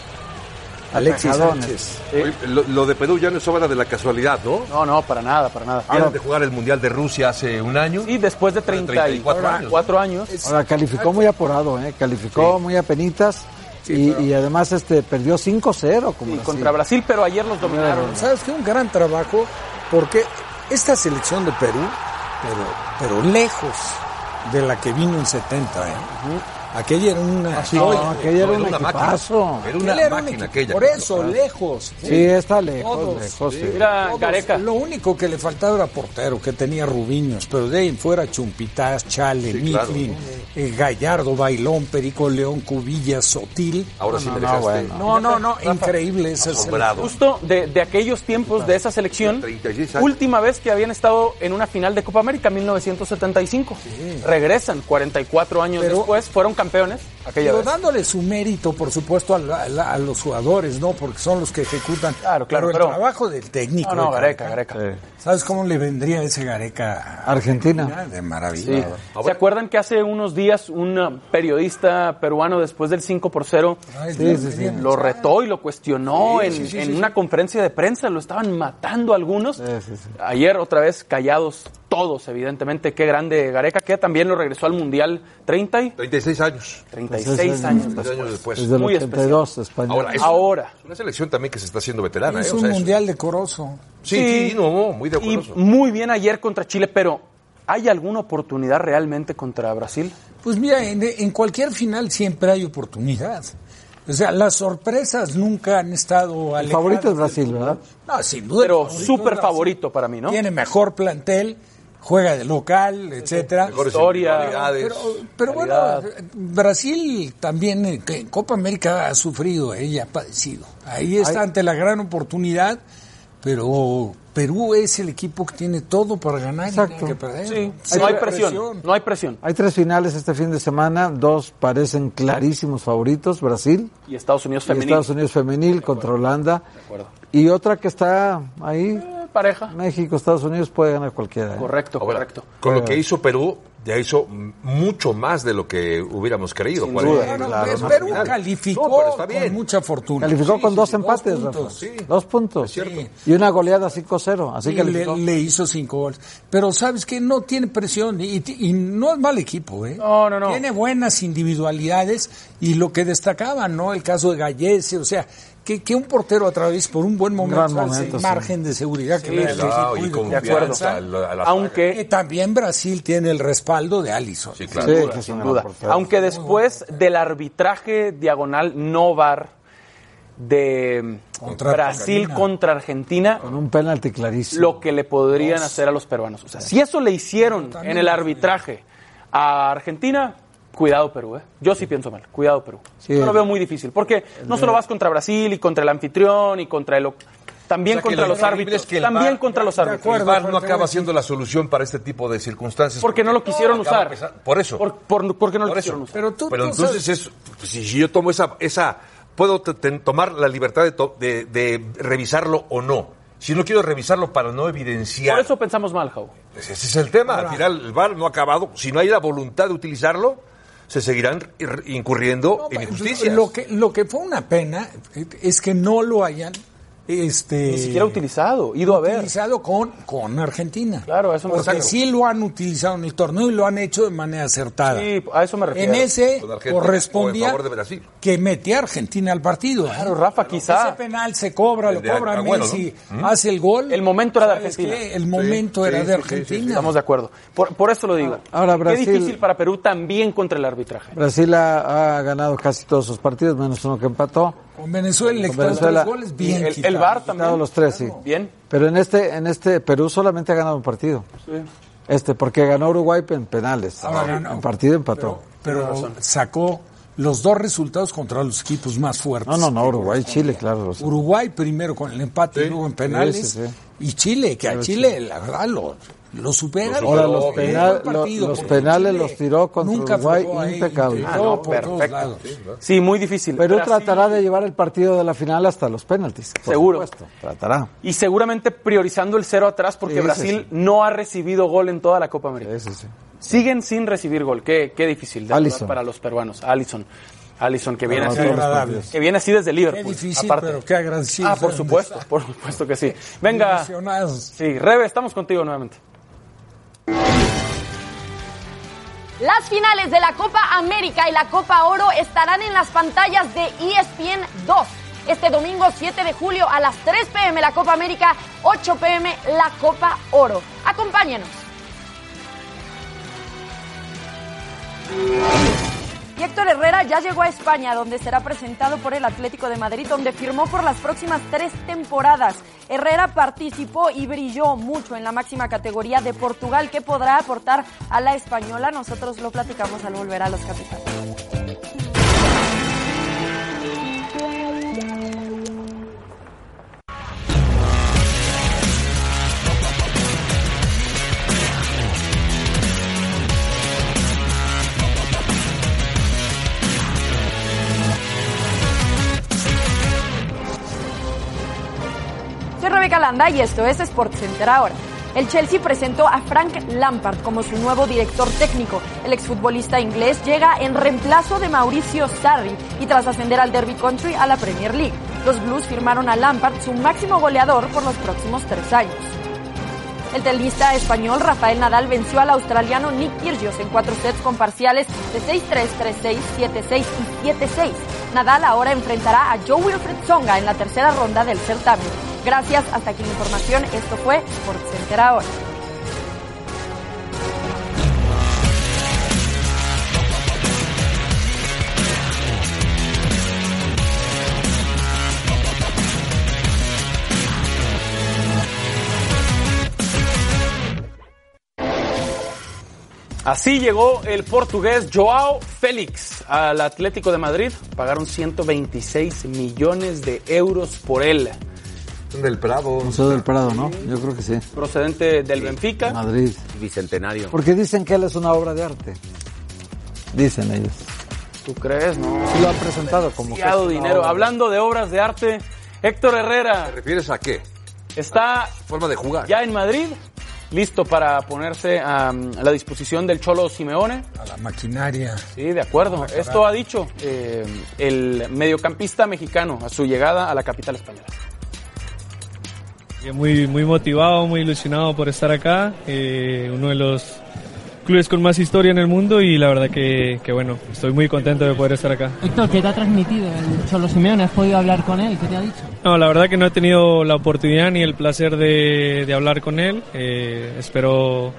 [SPEAKER 3] Alexis
[SPEAKER 5] Atajadones.
[SPEAKER 3] Sánchez.
[SPEAKER 4] Oye, lo, lo de Perú ya no es obra de la casualidad, ¿no?
[SPEAKER 2] No, no, para nada, para nada.
[SPEAKER 4] Vieron de jugar el Mundial de Rusia hace un año.
[SPEAKER 2] Y después de
[SPEAKER 4] 34 años.
[SPEAKER 2] 34 años,
[SPEAKER 5] Ahora calificó muy apurado, ¿eh? calificó muy apenitas y, y además este perdió 5-0 como
[SPEAKER 2] y
[SPEAKER 5] Brasil.
[SPEAKER 2] contra Brasil, pero ayer los dominaron.
[SPEAKER 3] ¿Sabes qué? Un gran trabajo porque esta selección de Perú, pero, pero lejos de la que vino en 70, ¿eh? Aquella era una...
[SPEAKER 5] Ah, No,
[SPEAKER 3] joya.
[SPEAKER 5] aquella era
[SPEAKER 4] No,
[SPEAKER 5] un equipazo.
[SPEAKER 4] máquina. Era
[SPEAKER 3] Él
[SPEAKER 4] una
[SPEAKER 3] era un
[SPEAKER 4] máquina
[SPEAKER 3] equipo-
[SPEAKER 4] aquella.
[SPEAKER 3] Por
[SPEAKER 2] pues,
[SPEAKER 3] eso, lejos.
[SPEAKER 5] Sí, está lejos,
[SPEAKER 3] Todos.
[SPEAKER 5] lejos, sí.
[SPEAKER 2] Mira,
[SPEAKER 3] Todos.
[SPEAKER 2] Gareca.
[SPEAKER 3] Lo único que le faltaba era portero, que tenía Rubiños, pero de ahí en fuera Chumpitas, Chale,
[SPEAKER 4] Sí, claro.
[SPEAKER 3] Mifflin, eh, Gallardo, Bailón, Perico León, Cubillas, Sotil.
[SPEAKER 4] Ahora sí
[SPEAKER 5] No,
[SPEAKER 4] me
[SPEAKER 5] no,
[SPEAKER 4] dejaste
[SPEAKER 5] bueno.
[SPEAKER 3] No, no, no, increíble ese
[SPEAKER 4] asombrado.
[SPEAKER 2] Justo de, de aquellos tiempos de esa selección,
[SPEAKER 4] 36 años.
[SPEAKER 2] última vez que habían estado en una final de Copa América, 1975. Regresan 44 años
[SPEAKER 3] Pero-
[SPEAKER 2] después, fueron campeones aquella
[SPEAKER 3] Pero
[SPEAKER 2] vez.
[SPEAKER 3] dándole su mérito, por supuesto, a, la- a la- a los jugadores, ¿no? Porque son los que ejecutan.
[SPEAKER 2] Claro, claro,
[SPEAKER 3] Pero el
[SPEAKER 2] pero-
[SPEAKER 3] trabajo del técnico.
[SPEAKER 2] No, no,
[SPEAKER 3] de
[SPEAKER 2] Gareca, Gareca.
[SPEAKER 3] ¿Sabes cómo le vendría ese Gareca a
[SPEAKER 5] Argentina.
[SPEAKER 3] Argentina? De maravilla.
[SPEAKER 2] Sí. ¿Se acuerdan que hace unos días un uh, periodista peruano, después del 5 por 0,
[SPEAKER 3] Ay,
[SPEAKER 5] Sí, sí,
[SPEAKER 3] Dios
[SPEAKER 5] sí.
[SPEAKER 3] mío.
[SPEAKER 2] lo retó y lo cuestionó
[SPEAKER 3] Sí,
[SPEAKER 2] en,
[SPEAKER 3] sí, sí,
[SPEAKER 2] en
[SPEAKER 3] sí,
[SPEAKER 2] una conferencia de prensa? Lo estaban matando algunos. Ayer otra vez callados todos, evidentemente. Qué grande Gareca, que también lo regresó al Mundial 30 y
[SPEAKER 4] 36 años.
[SPEAKER 2] 36 años
[SPEAKER 4] Tres años después.
[SPEAKER 5] Desde Pues el
[SPEAKER 2] Muy especial.
[SPEAKER 5] 82 español.
[SPEAKER 4] Ahora, es
[SPEAKER 2] Ahora.
[SPEAKER 4] una selección también que se está haciendo veterana. ¿eh?
[SPEAKER 3] Es
[SPEAKER 4] O
[SPEAKER 3] un
[SPEAKER 4] sea, es-
[SPEAKER 3] mundial decoroso.
[SPEAKER 4] Sí, sí, no, muy de
[SPEAKER 2] Y
[SPEAKER 4] acuerdo.
[SPEAKER 2] muy bien ayer contra Chile, pero ¿hay alguna oportunidad realmente contra Brasil?
[SPEAKER 3] Pues mira, en, en cualquier final siempre hay oportunidad. O sea, las sorpresas nunca han estado
[SPEAKER 5] El favorito es Brasil, ¿verdad?
[SPEAKER 3] No, sin duda.
[SPEAKER 2] Pero súper favorito para mí, ¿no?
[SPEAKER 3] Tiene mejor plantel, juega de local, etcétera.
[SPEAKER 4] Mejores
[SPEAKER 2] Historia.
[SPEAKER 4] individualidades.
[SPEAKER 3] Pero, pero bueno, Brasil también eh, que en Copa América ha sufrido, eh, y ha padecido. Ahí está ante la gran oportunidad, pero Perú es el equipo que tiene todo para ganar y
[SPEAKER 5] Exacto.
[SPEAKER 3] tiene que perder.
[SPEAKER 2] Sí,
[SPEAKER 3] Sí,
[SPEAKER 2] no hay
[SPEAKER 3] la
[SPEAKER 2] presión. No hay presión.
[SPEAKER 5] Hay tres finales este fin de semana, dos parecen clarísimos favoritos, Brasil
[SPEAKER 2] Y Estados Unidos
[SPEAKER 5] y
[SPEAKER 2] femenino.
[SPEAKER 5] Estados Unidos femenil contra Holanda. Y otra que está ahí,
[SPEAKER 2] Eh, Pareja.
[SPEAKER 5] México, Estados Unidos puede ganar cualquiera. ¿eh?
[SPEAKER 2] Correcto,
[SPEAKER 4] Ahora,
[SPEAKER 2] correcto.
[SPEAKER 4] Con lo que hizo Perú, ya hizo m- mucho más de lo que hubiéramos creído.
[SPEAKER 5] Sin
[SPEAKER 4] Juan.
[SPEAKER 5] duda.
[SPEAKER 4] Eh,
[SPEAKER 3] Claro,
[SPEAKER 5] Claro,
[SPEAKER 3] pues,
[SPEAKER 5] no,
[SPEAKER 3] Perú
[SPEAKER 4] final.
[SPEAKER 3] calificó
[SPEAKER 4] No, pero está
[SPEAKER 3] con
[SPEAKER 4] bien.
[SPEAKER 3] mucha fortuna.
[SPEAKER 5] Calificó
[SPEAKER 3] Sí,
[SPEAKER 5] con
[SPEAKER 3] sí,
[SPEAKER 5] dos empates, Rafa.
[SPEAKER 3] puntos.
[SPEAKER 5] dos, puntos. Y una goleada 5-0, así
[SPEAKER 3] Y
[SPEAKER 5] que
[SPEAKER 3] le, le hizo cinco goles. Pero sabes que no tiene presión y, ti- y no es mal equipo, ¿eh?
[SPEAKER 2] No, no, no.
[SPEAKER 3] Tiene buenas individualidades y lo que destacaba, ¿no? El caso de Gallese, o sea, que, que un portero a través por un buen momento,
[SPEAKER 5] gran
[SPEAKER 3] ¿sabes?
[SPEAKER 5] momento,
[SPEAKER 3] el
[SPEAKER 5] sí.
[SPEAKER 3] margen de seguridad que le da el
[SPEAKER 4] Claro,
[SPEAKER 3] equipo
[SPEAKER 4] y
[SPEAKER 3] y de
[SPEAKER 4] con
[SPEAKER 3] confianza.
[SPEAKER 4] confianza a la- a la saga.
[SPEAKER 3] Que
[SPEAKER 2] Aunque,
[SPEAKER 3] también Brasil tiene el respaldo de Allison.
[SPEAKER 4] Sí, claro.
[SPEAKER 5] Sí,
[SPEAKER 2] duda,
[SPEAKER 5] que es
[SPEAKER 2] sin
[SPEAKER 5] una
[SPEAKER 2] duda.
[SPEAKER 5] portera.
[SPEAKER 2] Aunque después del arbitraje diagonal no var de
[SPEAKER 3] Contra
[SPEAKER 2] Brasil
[SPEAKER 3] Argentina.
[SPEAKER 2] contra Argentina,
[SPEAKER 5] con un penalti clarísimo.
[SPEAKER 2] lo que le podrían hacer a los peruanos. O sea, si eso le hicieron en el arbitraje a Argentina, cuidado Perú, ¿eh? Yo sí pienso mal, cuidado Perú.
[SPEAKER 5] Sí.
[SPEAKER 2] Yo lo veo muy difícil, porque no solo vas contra Brasil y contra el anfitrión y contra el... También
[SPEAKER 4] O sea, que
[SPEAKER 2] contra
[SPEAKER 4] lo
[SPEAKER 2] los
[SPEAKER 4] increíble
[SPEAKER 2] árbitros.
[SPEAKER 4] es que el
[SPEAKER 2] también
[SPEAKER 4] VAR-
[SPEAKER 2] contra los
[SPEAKER 4] De
[SPEAKER 2] árbitros.
[SPEAKER 4] El VAR no acaba siendo la solución para este tipo de circunstancias.
[SPEAKER 2] Porque no lo quisieron
[SPEAKER 4] acaba
[SPEAKER 2] usar.
[SPEAKER 4] pesa- Por eso.
[SPEAKER 2] Por- por- porque no lo
[SPEAKER 4] Por eso.
[SPEAKER 2] quisieron usar.
[SPEAKER 3] Pero tú- tú
[SPEAKER 4] entonces es- pues, si yo tomo esa esa puedo t- ten- tomar la libertad de, to- de- de revisarlo o no. Si no quiero revisarlo para no evidenciar.
[SPEAKER 2] Por eso pensamos mal, Jau.
[SPEAKER 4] Pues ese es el tema. Al final el VAR no ha acabado. Si no hay la voluntad de utilizarlo, se seguirán ir- incurriendo en injusticias.
[SPEAKER 3] pues, Lo que, lo que fue una pena eh, es que no lo hayan este,
[SPEAKER 2] Ni siquiera utilizado, ido a ver.
[SPEAKER 3] utilizado con, con Argentina.
[SPEAKER 2] Claro, a eso me
[SPEAKER 3] Porque
[SPEAKER 2] refiero.
[SPEAKER 3] sí lo han utilizado en el torneo y lo han hecho de manera acertada.
[SPEAKER 2] Sí, a eso me refiero.
[SPEAKER 3] en ese
[SPEAKER 4] Con Argentina, o en
[SPEAKER 3] correspondía
[SPEAKER 4] favor de Brasil.
[SPEAKER 3] que metía a Argentina al partido. ¿eh?
[SPEAKER 2] Claro, Rafa, quizá.
[SPEAKER 3] Ese penal se cobra,
[SPEAKER 4] El
[SPEAKER 3] lo
[SPEAKER 4] de ah,
[SPEAKER 3] cobra
[SPEAKER 4] Agüero,
[SPEAKER 3] Messi, hace el gol.
[SPEAKER 2] El momento era de
[SPEAKER 3] ¿Sabes
[SPEAKER 2] Argentina.
[SPEAKER 3] qué? El momento
[SPEAKER 4] ¿Mm? Sí,
[SPEAKER 3] era
[SPEAKER 4] sí,
[SPEAKER 3] de
[SPEAKER 4] sí, sí, sí.
[SPEAKER 3] Argentina.
[SPEAKER 2] Estamos de acuerdo. Por, por eso lo digo.
[SPEAKER 5] Ahora, Brasil-
[SPEAKER 2] Qué difícil para Perú también contra el arbitraje.
[SPEAKER 5] Brasil ha, ha ganado casi todos sus partidos, menos uno que empató.
[SPEAKER 3] Con Venezuela le
[SPEAKER 5] Con
[SPEAKER 3] quitaron
[SPEAKER 5] Venezuela.
[SPEAKER 3] tres goles
[SPEAKER 2] Y
[SPEAKER 3] bien
[SPEAKER 2] el, el
[SPEAKER 3] quitados.
[SPEAKER 2] VAR
[SPEAKER 5] Quitado
[SPEAKER 2] también.
[SPEAKER 5] los tres, sí.
[SPEAKER 2] Bien.
[SPEAKER 5] Pero en este, en este Perú solamente ha ganado un partido. Este, porque ganó Uruguay en penales.
[SPEAKER 3] Ahora ganó.
[SPEAKER 5] En partido empató.
[SPEAKER 3] pero sacó los dos resultados contra los equipos más fuertes.
[SPEAKER 5] No, no, no, Uruguay, Chile, claro. o sea.
[SPEAKER 3] Uruguay primero con el empate y luego en penales.
[SPEAKER 5] Sí, sí, sí.
[SPEAKER 3] Y Chile, que a Chile, la verdad, lo, lo supera.
[SPEAKER 5] Ahora
[SPEAKER 4] Pero
[SPEAKER 5] los,
[SPEAKER 4] bien.
[SPEAKER 5] penal-
[SPEAKER 3] Buen
[SPEAKER 5] lo-
[SPEAKER 3] partido,
[SPEAKER 5] los
[SPEAKER 3] porque
[SPEAKER 5] penales
[SPEAKER 3] Chile
[SPEAKER 5] los tiró contra
[SPEAKER 3] nunca
[SPEAKER 5] Uruguay
[SPEAKER 3] falló ahí,
[SPEAKER 5] impecable.
[SPEAKER 4] Ah,
[SPEAKER 3] tiró
[SPEAKER 2] Ah, no,
[SPEAKER 3] por todos
[SPEAKER 2] perfecto.
[SPEAKER 3] lados.
[SPEAKER 2] Sí, muy difícil.
[SPEAKER 5] Perú
[SPEAKER 2] Brasil-
[SPEAKER 5] tratará de llevar el partido de la final hasta los penaltis. por
[SPEAKER 2] Seguro.
[SPEAKER 5] supuesto, tratará.
[SPEAKER 2] Y seguramente priorizando el cero atrás porque
[SPEAKER 5] Sí, ese
[SPEAKER 2] Brasil
[SPEAKER 5] sí.
[SPEAKER 2] no ha recibido gol en toda la Copa América.
[SPEAKER 5] Eso sí.
[SPEAKER 2] Siguen sin recibir gol. Qué, qué difícil de verdad,
[SPEAKER 5] Allison.
[SPEAKER 2] para los peruanos. Allison. Allison, que viene,
[SPEAKER 5] Ganó
[SPEAKER 2] así,
[SPEAKER 5] todos los
[SPEAKER 3] agradable.
[SPEAKER 5] partidos.
[SPEAKER 2] que viene así desde Liverpool.
[SPEAKER 3] Qué difícil,
[SPEAKER 2] aparte.
[SPEAKER 3] pero qué agradecido.
[SPEAKER 2] Ah, por supuesto, por supuesto que sí. Venga.
[SPEAKER 3] Emocionados.
[SPEAKER 2] Sí, Rebe, estamos contigo nuevamente.
[SPEAKER 8] Las finales de la Copa América y la Copa Oro estarán en las pantallas de E ESPN 2. Este domingo 7 de julio a las 3 pm la Copa América, 8 pm la Copa Oro. Acompáñenos. Y Héctor Herrera ya llegó a España, donde será presentado por el Atlético de Madrid, donde firmó por las próximas tres temporadas. Herrera participó y brilló mucho en la máxima categoría de Portugal, que podrá aportar a la española. Nosotros lo platicamos al volver a los capitales. Soy Rebeca Landa y esto es Sports Center ahora. El Chelsea presentó a Frank Lampard como su nuevo director técnico. El exfutbolista inglés llega en reemplazo de Mauricio Sarri y tras ascender al Derby Country a la Premier League. Los Blues firmaron a Lampard su máximo goleador por los próximos tres años. El tenista español Rafael Nadal venció al australiano Nick Kyrgios en cuatro sets con parciales de 6-3, 3-6, 7-6 y 7-6. Nadal ahora enfrentará a Joe Wilfred Songa en la tercera ronda del certamen. Gracias, hasta aquí la información. Esto fue SportsCenter ahora.
[SPEAKER 2] Así llegó el portugués Joao Félix al Atlético de Madrid. Pagaron 126 millones de euros por él.
[SPEAKER 4] Del Prado.
[SPEAKER 5] Museo del Prado, ¿no? Yo creo que sí.
[SPEAKER 2] Procedente del Benfica.
[SPEAKER 5] Madrid.
[SPEAKER 9] Bicentenario.
[SPEAKER 5] Porque dicen que él es una obra de arte. Dicen ellos.
[SPEAKER 2] ¿Tú crees? No.
[SPEAKER 5] Sí lo han presentado como que es
[SPEAKER 2] Demasiado
[SPEAKER 5] una
[SPEAKER 2] dinero.
[SPEAKER 5] obra.
[SPEAKER 2] Hablando de obras de arte, Héctor Herrera
[SPEAKER 4] ¿Te refieres a qué?
[SPEAKER 2] está
[SPEAKER 4] Forma de jugar.
[SPEAKER 2] ya en Madrid, listo para ponerse am, a la disposición del Cholo Simeone.
[SPEAKER 3] A la maquinaria.
[SPEAKER 2] Sí, de acuerdo. Esto ha dicho eh, el mediocampista mexicano a su llegada a la capital española.
[SPEAKER 10] Bien, Eh, Muy, muy motivado, muy ilusionado por estar acá, eh, uno de los clubes con más historia en el mundo y la verdad que, que bueno, estoy muy contento de poder estar acá.
[SPEAKER 11] Héctor, ¿qué te ha transmitido el Cholo Simeone? ¿Has podido hablar con él? ¿Qué te ha dicho?
[SPEAKER 10] No, la verdad que no he tenido la oportunidad ni el placer de, de hablar con él, eh, espero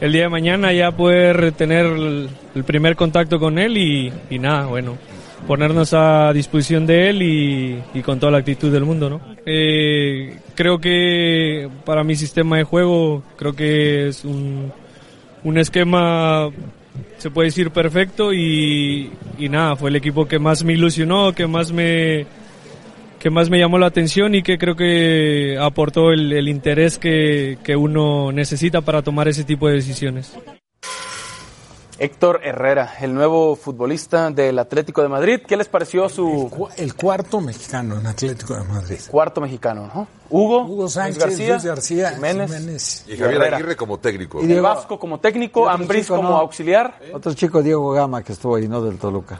[SPEAKER 10] el día de mañana ya poder tener el, el primer contacto con él y, y nada, bueno, ponernos a disposición de él y, y con toda la actitud del mundo, ¿no? Eh, creo que para mi sistema de juego, creo que es un, un esquema, se puede decir, perfecto y, y nada, fue el equipo que más me ilusionó, que más me, que más me llamó la atención y que creo que aportó el, el interés que, que uno necesita para tomar ese tipo de decisiones.
[SPEAKER 2] Héctor Herrera, el nuevo futbolista del Atlético de Madrid. ¿Qué les pareció su
[SPEAKER 3] Cu- El cuarto mexicano en Atlético de Madrid.
[SPEAKER 2] cuarto mexicano? no? Hugo,
[SPEAKER 3] Hugo
[SPEAKER 2] Luis
[SPEAKER 3] Sánchez,
[SPEAKER 2] García,
[SPEAKER 3] Luis García,
[SPEAKER 2] Jiménez,
[SPEAKER 3] Jiménez.
[SPEAKER 4] Y Javier
[SPEAKER 2] Herrera.
[SPEAKER 4] Aguirre como técnico.
[SPEAKER 5] Y
[SPEAKER 2] el
[SPEAKER 5] Diego-
[SPEAKER 2] Vasco como técnico,
[SPEAKER 5] Otro
[SPEAKER 2] Ambriz
[SPEAKER 5] chico,
[SPEAKER 2] como
[SPEAKER 5] ¿no?
[SPEAKER 2] auxiliar.
[SPEAKER 5] Otro chico, Diego Gama, que estuvo ahí, ¿no? Del Toluca.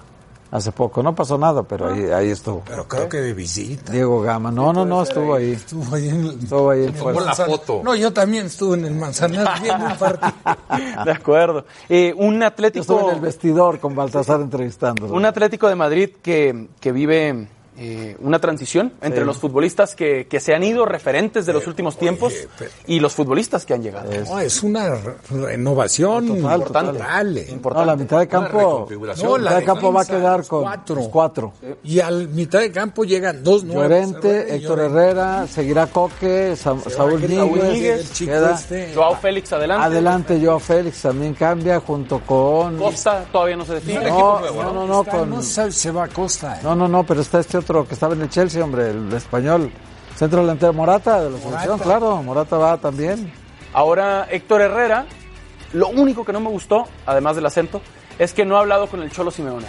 [SPEAKER 5] Hace poco. No pasó nada, pero ahí, ahí estuvo.
[SPEAKER 3] Pero creo que de visita.
[SPEAKER 5] Diego Gama. No, no, no, estuvo ahí.
[SPEAKER 3] Estuvo ahí en el-
[SPEAKER 5] Estuvo ahí en
[SPEAKER 4] Por
[SPEAKER 5] fuerza.
[SPEAKER 4] la foto.
[SPEAKER 3] No, yo también estuve en el Manzanar viendo un partido.
[SPEAKER 2] De acuerdo. Eh, un
[SPEAKER 5] Yo
[SPEAKER 2] Atlético
[SPEAKER 5] estuve en el vestidor con Baltasar entrevistándolo.
[SPEAKER 2] Un Atlético de Madrid que, que vive eh, una transición entre los futbolistas que, que se han ido referentes de los últimos tiempos
[SPEAKER 3] Eh, pero-
[SPEAKER 2] y los futbolistas que han llegado.
[SPEAKER 3] No, es una re- renovación
[SPEAKER 5] Total,
[SPEAKER 3] importante.
[SPEAKER 2] total.
[SPEAKER 5] No, la mitad de campo.
[SPEAKER 4] reconfiguración.
[SPEAKER 5] No, la mitad de campo va a
[SPEAKER 3] defensa,
[SPEAKER 5] quedar
[SPEAKER 3] los
[SPEAKER 5] con
[SPEAKER 3] cuatro. Eh,
[SPEAKER 5] los cuatro.
[SPEAKER 3] Y al mitad de campo llegan dos nuevos.
[SPEAKER 5] Llorente, Héctor Herrera, seguirá Coque, Sa- Saúl
[SPEAKER 3] Níguez,
[SPEAKER 5] Níguez,
[SPEAKER 3] el chico
[SPEAKER 5] queda
[SPEAKER 3] este.
[SPEAKER 2] Joao Félix adelante.
[SPEAKER 5] adelante Joao Félix también cambia junto con no,
[SPEAKER 2] Costa todavía no se define.
[SPEAKER 5] no, no, no,
[SPEAKER 3] Está,
[SPEAKER 5] con
[SPEAKER 3] no sabe, se va a Costa. eh.
[SPEAKER 5] no, no, no, pero está este otro que estaba en el Chelsea, hombre, el español, centro delantero Morata de la selección, claro, Morata va también.
[SPEAKER 2] Ahora Héctor Herrera, lo único que no me gustó, además del acento, es que no ha hablado con el Cholo Simeone.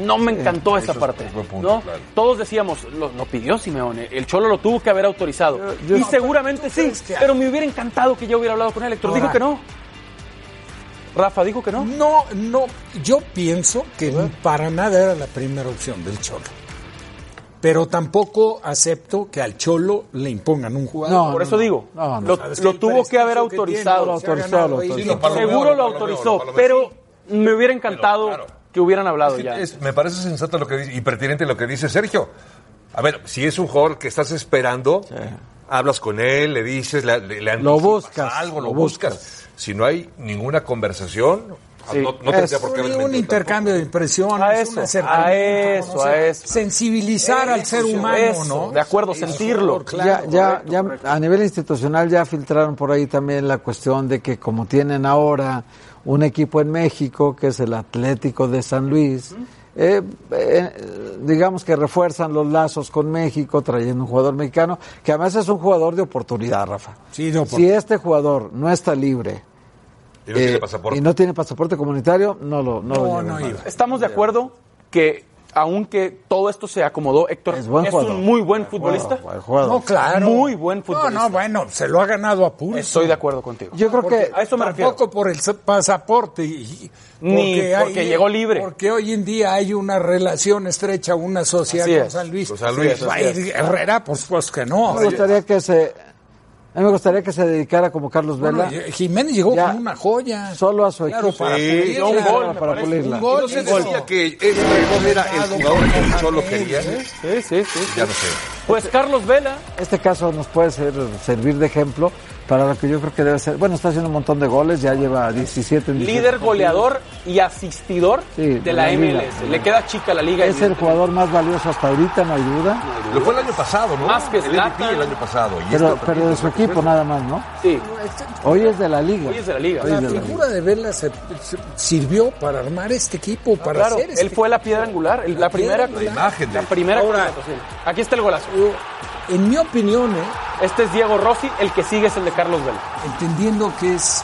[SPEAKER 2] No me encantó esa parte. ¿no? Todos decíamos, lo, lo pidió Simeone, el Cholo lo tuvo que haber autorizado.
[SPEAKER 5] yo-
[SPEAKER 2] y
[SPEAKER 5] No,
[SPEAKER 2] seguramente sí,
[SPEAKER 3] crees que-
[SPEAKER 2] pero me hubiera encantado que yo hubiera hablado con él. Héctor dijo
[SPEAKER 3] Ahora-
[SPEAKER 2] que no. Rafa dijo que no.
[SPEAKER 3] No, no, yo pienso que para nada era la primera opción del Cholo. Pero tampoco acepto que al Cholo le impongan un jugador.
[SPEAKER 2] Por eso digo,
[SPEAKER 5] no, no.
[SPEAKER 2] lo,
[SPEAKER 3] ¿Sabes
[SPEAKER 2] lo
[SPEAKER 3] qué?
[SPEAKER 2] tuvo que haber
[SPEAKER 3] Prestazo que
[SPEAKER 2] autorizado.
[SPEAKER 3] tiene, se ha
[SPEAKER 5] autorizado,
[SPEAKER 3] ganado ahí.
[SPEAKER 5] autorizado.
[SPEAKER 4] Sí, lo palomeó,
[SPEAKER 2] Seguro lo
[SPEAKER 4] palomeó,
[SPEAKER 2] autorizó,
[SPEAKER 4] palomeó.
[SPEAKER 2] pero me hubiera encantado
[SPEAKER 4] claro.
[SPEAKER 2] que hubieran hablado
[SPEAKER 4] Sí,
[SPEAKER 2] ya.
[SPEAKER 4] es- me parece sensato lo que dice y pertinente lo que dice Sergio. A ver, si es un jugador que estás esperando, hablas con él, le dices, le, le- le
[SPEAKER 5] Lo
[SPEAKER 4] anticipas
[SPEAKER 5] buscas,
[SPEAKER 4] algo, lo
[SPEAKER 5] lo
[SPEAKER 4] buscas. Si no hay ninguna conversación,
[SPEAKER 2] Sí.
[SPEAKER 4] no, no tendría
[SPEAKER 5] Es
[SPEAKER 4] por qué haber
[SPEAKER 3] Un, un
[SPEAKER 4] mentido
[SPEAKER 3] intercambio de impresiones,
[SPEAKER 2] A
[SPEAKER 3] un
[SPEAKER 2] eso,
[SPEAKER 3] acercamiento,
[SPEAKER 2] a eso,
[SPEAKER 3] conocer,
[SPEAKER 2] a eso.
[SPEAKER 3] sensibilizar al ser humano,
[SPEAKER 2] Eso,
[SPEAKER 3] ¿no?
[SPEAKER 2] De acuerdo, sentirlo.
[SPEAKER 5] ya, ya, ya a nivel institucional ya filtraron por ahí también la cuestión de que como tienen ahora un equipo en México que es el Atlético de San Luis, eh, eh, digamos que refuerzan los lazos con México trayendo un jugador mexicano que además es un jugador de oportunidad, Rafa.
[SPEAKER 3] Sí, de
[SPEAKER 5] Si
[SPEAKER 3] oportunidad.
[SPEAKER 5] este jugador no está libre
[SPEAKER 4] Y no tiene
[SPEAKER 5] eh,
[SPEAKER 4] pasaporte.
[SPEAKER 5] y no tiene pasaporte comunitario, no lo no,
[SPEAKER 3] No,
[SPEAKER 5] lo
[SPEAKER 3] no
[SPEAKER 5] lleven.
[SPEAKER 3] iba.
[SPEAKER 2] Estamos de acuerdo que, aunque todo esto se acomodó, Héctor es,
[SPEAKER 5] Es buen jugador.
[SPEAKER 2] un muy buen futbolista.
[SPEAKER 5] Buen jugador.
[SPEAKER 3] No, claro.
[SPEAKER 2] Muy buen futbolista.
[SPEAKER 3] No, no, bueno, se lo ha ganado a pulso.
[SPEAKER 2] Estoy de acuerdo contigo.
[SPEAKER 5] Yo creo que
[SPEAKER 2] a eso me refiero.
[SPEAKER 3] Tampoco por el sa- pasaporte. y- y-
[SPEAKER 2] Ni porque llegó libre.
[SPEAKER 3] Porque hoy en día hay una relación estrecha, una sociedad
[SPEAKER 2] Así
[SPEAKER 3] con
[SPEAKER 2] es.
[SPEAKER 3] San Luis.
[SPEAKER 4] Con San Luis.
[SPEAKER 3] Va a ir Herrera, por supuesto que no.
[SPEAKER 5] me gustaría que se a mí me gustaría que se dedicara como Carlos Vela.
[SPEAKER 3] Bueno, y- Jiménez llegó
[SPEAKER 5] Ya.
[SPEAKER 3] con una joya.
[SPEAKER 5] Solo a su
[SPEAKER 3] Claro,
[SPEAKER 5] equipo.
[SPEAKER 3] para pulirla.
[SPEAKER 2] un gol,
[SPEAKER 5] Para
[SPEAKER 2] me parece.
[SPEAKER 5] pulirla.
[SPEAKER 3] Un gol.
[SPEAKER 4] No se
[SPEAKER 3] eso.
[SPEAKER 4] decía que este, ese Herrera era el jugador que el Cholo quería.
[SPEAKER 2] Sí, sí, sí.
[SPEAKER 4] Ya no sé.
[SPEAKER 2] Pues Carlos Vela,
[SPEAKER 5] Este caso nos puede ser- servir de ejemplo para lo que yo creo que debe ser. Bueno, está haciendo un montón de goles, ya lleva 17 en 17
[SPEAKER 2] líder, goleador y asistidor
[SPEAKER 5] Sí,
[SPEAKER 2] de la
[SPEAKER 5] de la liga.
[SPEAKER 2] MLS. Le queda chica la liga.
[SPEAKER 5] Es el jugador más valioso hasta ahorita, no hay duda.
[SPEAKER 4] Lo fue el año pasado, ¿no?
[SPEAKER 2] Más que
[SPEAKER 4] el MVP
[SPEAKER 2] Zlatan.
[SPEAKER 4] el año pasado. Y
[SPEAKER 5] Pero,
[SPEAKER 4] este
[SPEAKER 5] pero de su equipo nada más, ¿no?
[SPEAKER 2] Sí.
[SPEAKER 5] Hoy es de la liga.
[SPEAKER 2] Hoy es de la liga.
[SPEAKER 3] La figura de Vela se- se- sirvió para armar este equipo, para
[SPEAKER 2] Ah, claro,
[SPEAKER 3] hacer este
[SPEAKER 2] él fue la piedra angular, el- la, primera
[SPEAKER 3] piedra angular.
[SPEAKER 4] La imagen de-
[SPEAKER 2] la primera
[SPEAKER 3] Ahora-
[SPEAKER 2] contratación. Aquí está el golazo.
[SPEAKER 3] Yo, en mi opinión, ¿eh?
[SPEAKER 2] Este es Diego Rossi, el que sigue es el de Carlos Vela.
[SPEAKER 3] entendiendo que es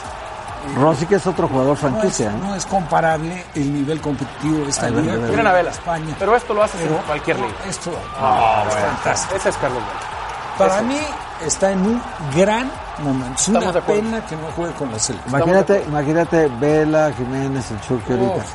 [SPEAKER 5] Rossi que es otro jugador
[SPEAKER 3] no, es,
[SPEAKER 5] franquicia. ¿eh?
[SPEAKER 3] no es comparable el nivel competitivo de esta
[SPEAKER 5] Ahí va,
[SPEAKER 3] liga
[SPEAKER 5] ahí va,
[SPEAKER 3] con
[SPEAKER 5] ahí va.
[SPEAKER 2] Miren a Vela.
[SPEAKER 3] España.
[SPEAKER 2] Pero esto lo haces en
[SPEAKER 3] Pero
[SPEAKER 2] cualquier liga.
[SPEAKER 3] Esto es fantástico.
[SPEAKER 2] Ese es Carlos Vela.
[SPEAKER 3] Para mí está en un gran momento. Es
[SPEAKER 2] Estamos de
[SPEAKER 3] una
[SPEAKER 2] acuerdo.
[SPEAKER 3] pena que no juegue con la selección.
[SPEAKER 5] Imagínate, imagínate Vela, Jiménez, el Chucky ahorita.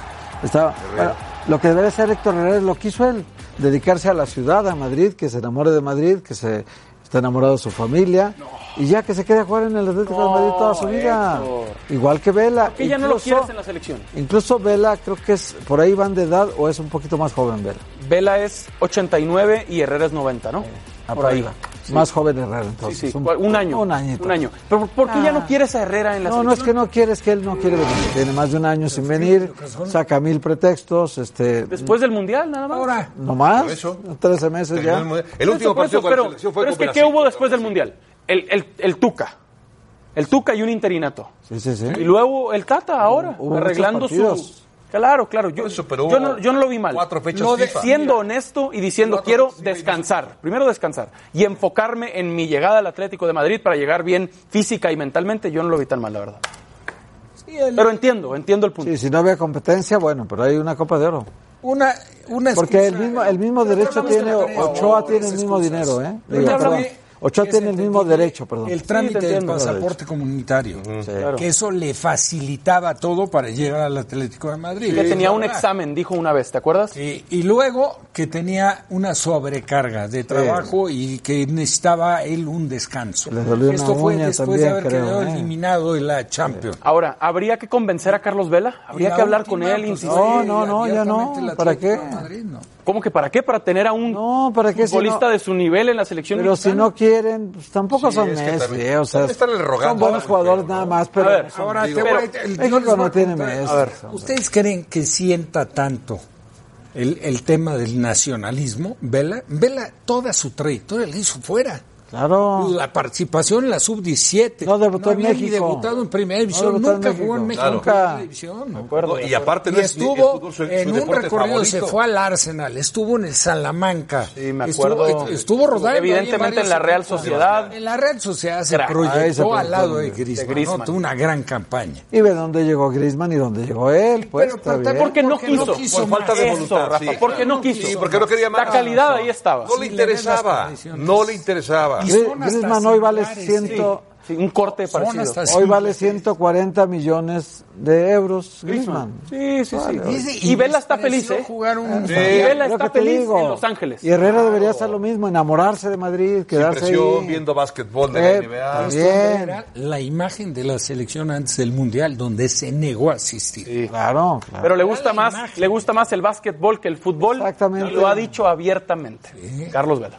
[SPEAKER 5] Estaba, bueno, lo que debería ser Héctor Herrera es lo que hizo él, dedicarse a la ciudad, a Madrid, que se enamore de Madrid, que se está enamorado de su familia y ya que se quede a jugar en el Atlético de Madrid toda su vida. Igual que Vela.
[SPEAKER 2] Que ya no lo
[SPEAKER 5] Incluso-
[SPEAKER 2] quieres en la selección.
[SPEAKER 5] Incluso Vela creo que es por ahí van de edad o es un poquito más joven Vela.
[SPEAKER 2] Vela es 89 y Herrera es 90, ¿no?
[SPEAKER 5] Ah,
[SPEAKER 2] Por ahí va.
[SPEAKER 5] Más joven Herrera
[SPEAKER 2] Sí,
[SPEAKER 5] entonces.
[SPEAKER 2] sí. Un, año.
[SPEAKER 5] Un añito.
[SPEAKER 2] Un año. Pero ¿por qué ya no quieres a Herrera en la
[SPEAKER 5] No,
[SPEAKER 2] selección?
[SPEAKER 5] no es que no quiere, es que él no quiere venir. Tiene más de un año sin venir, saca mil pretextos, este,
[SPEAKER 2] Después del Mundial, nada más.
[SPEAKER 3] Ahora,
[SPEAKER 5] no más,
[SPEAKER 4] Por eso.
[SPEAKER 5] 13 meses
[SPEAKER 4] Terminó
[SPEAKER 5] ya.
[SPEAKER 4] El mundial. El último
[SPEAKER 2] Pues Por
[SPEAKER 4] partido
[SPEAKER 2] eso,
[SPEAKER 4] con
[SPEAKER 2] pero,
[SPEAKER 4] la selección fue
[SPEAKER 2] pero es
[SPEAKER 4] con
[SPEAKER 2] que ¿qué
[SPEAKER 4] Brasil.
[SPEAKER 2] hubo después del Mundial? El, el- el Tuca. El Tuca y un interinato.
[SPEAKER 5] Sí, sí, sí.
[SPEAKER 2] Y luego el Tata ahora,
[SPEAKER 5] Hubo muchos
[SPEAKER 2] arreglando su...
[SPEAKER 5] partidos.
[SPEAKER 2] Claro, claro. Yo,
[SPEAKER 4] Por eso, pero hubo
[SPEAKER 2] yo, no, yo no lo vi mal.
[SPEAKER 4] cuatro fechas
[SPEAKER 2] Lo de-
[SPEAKER 4] FIFA.
[SPEAKER 2] siendo honesto y diciendo,
[SPEAKER 4] Cuatro
[SPEAKER 2] quiero
[SPEAKER 4] fechas FIFA y
[SPEAKER 2] descansar. Primero descansar. Y enfocarme en mi llegada al Atlético de Madrid para llegar bien física y mentalmente. Yo no lo vi tan mal, la verdad.
[SPEAKER 3] sí, el-
[SPEAKER 2] Pero entiendo, entiendo el punto.
[SPEAKER 5] Sí, si no había competencia, bueno, pero hay una Copa de Oro.
[SPEAKER 3] una, una
[SPEAKER 5] Porque el
[SPEAKER 3] excusa-
[SPEAKER 5] mismo, el mismo
[SPEAKER 3] Pero
[SPEAKER 5] derecho
[SPEAKER 3] hablamos de
[SPEAKER 5] tiene,
[SPEAKER 3] la prensa,
[SPEAKER 5] Ochoa
[SPEAKER 3] no,
[SPEAKER 5] tiene
[SPEAKER 3] esas
[SPEAKER 5] el mismo
[SPEAKER 3] excusas.
[SPEAKER 5] dinero, ¿eh?
[SPEAKER 3] Pero
[SPEAKER 5] Digo,
[SPEAKER 3] ya
[SPEAKER 5] perdón.
[SPEAKER 3] hablamos-
[SPEAKER 5] Ochoa
[SPEAKER 3] es
[SPEAKER 5] tiene el mismo
[SPEAKER 3] entendible
[SPEAKER 5] derecho, perdón.
[SPEAKER 3] El trámite
[SPEAKER 2] Sí, te
[SPEAKER 3] del
[SPEAKER 2] entiendo.
[SPEAKER 3] pasaporte comunitario, que eso le facilitaba todo para llegar al Atlético de Madrid.
[SPEAKER 2] que tenía un
[SPEAKER 3] Ahora,
[SPEAKER 2] examen, dijo una vez, ¿te acuerdas?
[SPEAKER 3] Y, y luego que tenía una sobrecarga de trabajo y que necesitaba él un descanso.
[SPEAKER 5] Le dolió una
[SPEAKER 3] Esto fue
[SPEAKER 5] uña
[SPEAKER 3] después de
[SPEAKER 5] también,
[SPEAKER 3] haber
[SPEAKER 5] creo,
[SPEAKER 3] quedado
[SPEAKER 5] ¿eh?
[SPEAKER 3] eliminado de la Champions.
[SPEAKER 2] Ahora, ¿habría que convencer a Carlos Vela?
[SPEAKER 3] Y
[SPEAKER 2] ¿Habría
[SPEAKER 3] la
[SPEAKER 2] que hablar
[SPEAKER 3] última,
[SPEAKER 2] con él,
[SPEAKER 3] pues,
[SPEAKER 2] insistir?
[SPEAKER 5] No, no, no, ya no.
[SPEAKER 3] abiertamente el
[SPEAKER 5] ¿Para
[SPEAKER 3] Atlético
[SPEAKER 5] qué?
[SPEAKER 3] de Madrid, no.
[SPEAKER 2] ¿Cómo que para qué? ¿Para tener a un
[SPEAKER 5] No, ¿para qué si
[SPEAKER 2] futbolista
[SPEAKER 5] no-
[SPEAKER 2] de su nivel en la selección
[SPEAKER 5] Pero si
[SPEAKER 2] mexicana?
[SPEAKER 5] no quieren, pues tampoco
[SPEAKER 4] Sí,
[SPEAKER 5] son
[SPEAKER 4] es que
[SPEAKER 5] Messi,
[SPEAKER 4] también-
[SPEAKER 5] ¿eh? o sea,
[SPEAKER 4] también están rogando,
[SPEAKER 5] son buenos
[SPEAKER 4] ¿no?
[SPEAKER 5] jugadores nada más, pero
[SPEAKER 2] A ver,
[SPEAKER 5] son-
[SPEAKER 3] Ahora
[SPEAKER 4] Digo,
[SPEAKER 3] te voy a- el- yo les voy
[SPEAKER 5] México
[SPEAKER 3] a
[SPEAKER 5] no tiene
[SPEAKER 3] contar.
[SPEAKER 5] Messi.
[SPEAKER 3] A ver, ¿ustedes creen que sienta tanto el, el tema del nacionalismo? Vela, Vela toda su trayectoria la hizo fuera.
[SPEAKER 5] Claro.
[SPEAKER 3] La participación en la sub-17.
[SPEAKER 5] No debutó en
[SPEAKER 3] había ni
[SPEAKER 5] México.
[SPEAKER 3] debutado en primera
[SPEAKER 5] No
[SPEAKER 3] división.
[SPEAKER 5] debutó en
[SPEAKER 3] nunca jugó en México
[SPEAKER 5] México.
[SPEAKER 3] en
[SPEAKER 5] Claro.
[SPEAKER 3] primera división.
[SPEAKER 4] No, y aparte no
[SPEAKER 3] Y
[SPEAKER 4] es ni- el
[SPEAKER 3] estuvo
[SPEAKER 4] fútbol su- su
[SPEAKER 3] en un
[SPEAKER 4] deporte
[SPEAKER 3] recorrido,
[SPEAKER 4] favorito.
[SPEAKER 3] se fue al Arsenal, estuvo en el Salamanca.
[SPEAKER 2] Sí, me acuerdo.
[SPEAKER 3] Estuvo, estuvo rodando. ahí en
[SPEAKER 2] Evidentemente
[SPEAKER 3] varios
[SPEAKER 2] en la Real
[SPEAKER 3] equipos.
[SPEAKER 2] Sociedad.
[SPEAKER 3] En la Real Sociedad se
[SPEAKER 2] Crack.
[SPEAKER 5] Ahí se
[SPEAKER 3] proyectó al
[SPEAKER 5] proyectó
[SPEAKER 3] lado de
[SPEAKER 5] de- de
[SPEAKER 3] Griezmann.
[SPEAKER 2] Griezmann.
[SPEAKER 3] ¿no? Tuvo una gran campaña.
[SPEAKER 5] Y ve dónde llegó Griezmann y dónde llegó él, pues
[SPEAKER 3] Pero-
[SPEAKER 5] está
[SPEAKER 3] pero
[SPEAKER 5] bien.
[SPEAKER 2] Porque no
[SPEAKER 3] Porque no
[SPEAKER 2] quiso.
[SPEAKER 3] quiso
[SPEAKER 4] Por falta de
[SPEAKER 2] Eso,
[SPEAKER 4] voluntad.
[SPEAKER 2] Rafa,
[SPEAKER 4] sí,
[SPEAKER 2] porque no
[SPEAKER 4] claro.
[SPEAKER 2] quiso.
[SPEAKER 4] Sí, porque no quería más.
[SPEAKER 2] La calidad ahí estaba.
[SPEAKER 4] No le interesaba. No le interesaba.
[SPEAKER 3] Y
[SPEAKER 5] Gri-
[SPEAKER 3] son hasta
[SPEAKER 5] Griezmann hoy vale
[SPEAKER 3] similares,
[SPEAKER 5] 100,
[SPEAKER 2] Sí, sí, un corte
[SPEAKER 3] Son
[SPEAKER 2] parecido.
[SPEAKER 3] hasta-
[SPEAKER 5] hoy vale 140 millones de euros Griezmann.
[SPEAKER 2] Sí, sí, sí.
[SPEAKER 3] y
[SPEAKER 2] y Vela está feliz, ¿eh?
[SPEAKER 3] mereció jugar un-
[SPEAKER 2] Y Vela
[SPEAKER 5] Lo
[SPEAKER 2] está
[SPEAKER 5] que te
[SPEAKER 2] feliz
[SPEAKER 5] digo.
[SPEAKER 2] en Los Ángeles.
[SPEAKER 5] Y Herrera debería hacer lo mismo, enamorarse de Madrid, quedarse
[SPEAKER 4] Presión,
[SPEAKER 5] ahí.
[SPEAKER 4] viendo básquetbol de
[SPEAKER 5] Eh,
[SPEAKER 4] la NBA.
[SPEAKER 5] también.
[SPEAKER 3] Esto era la imagen de la selección antes del mundial donde se negó a asistir.
[SPEAKER 5] Claro, claro.
[SPEAKER 2] Pero le gusta más, le gusta más el básquetbol que el fútbol.
[SPEAKER 5] Exactamente.
[SPEAKER 2] Y lo ha dicho abiertamente. Carlos Vela.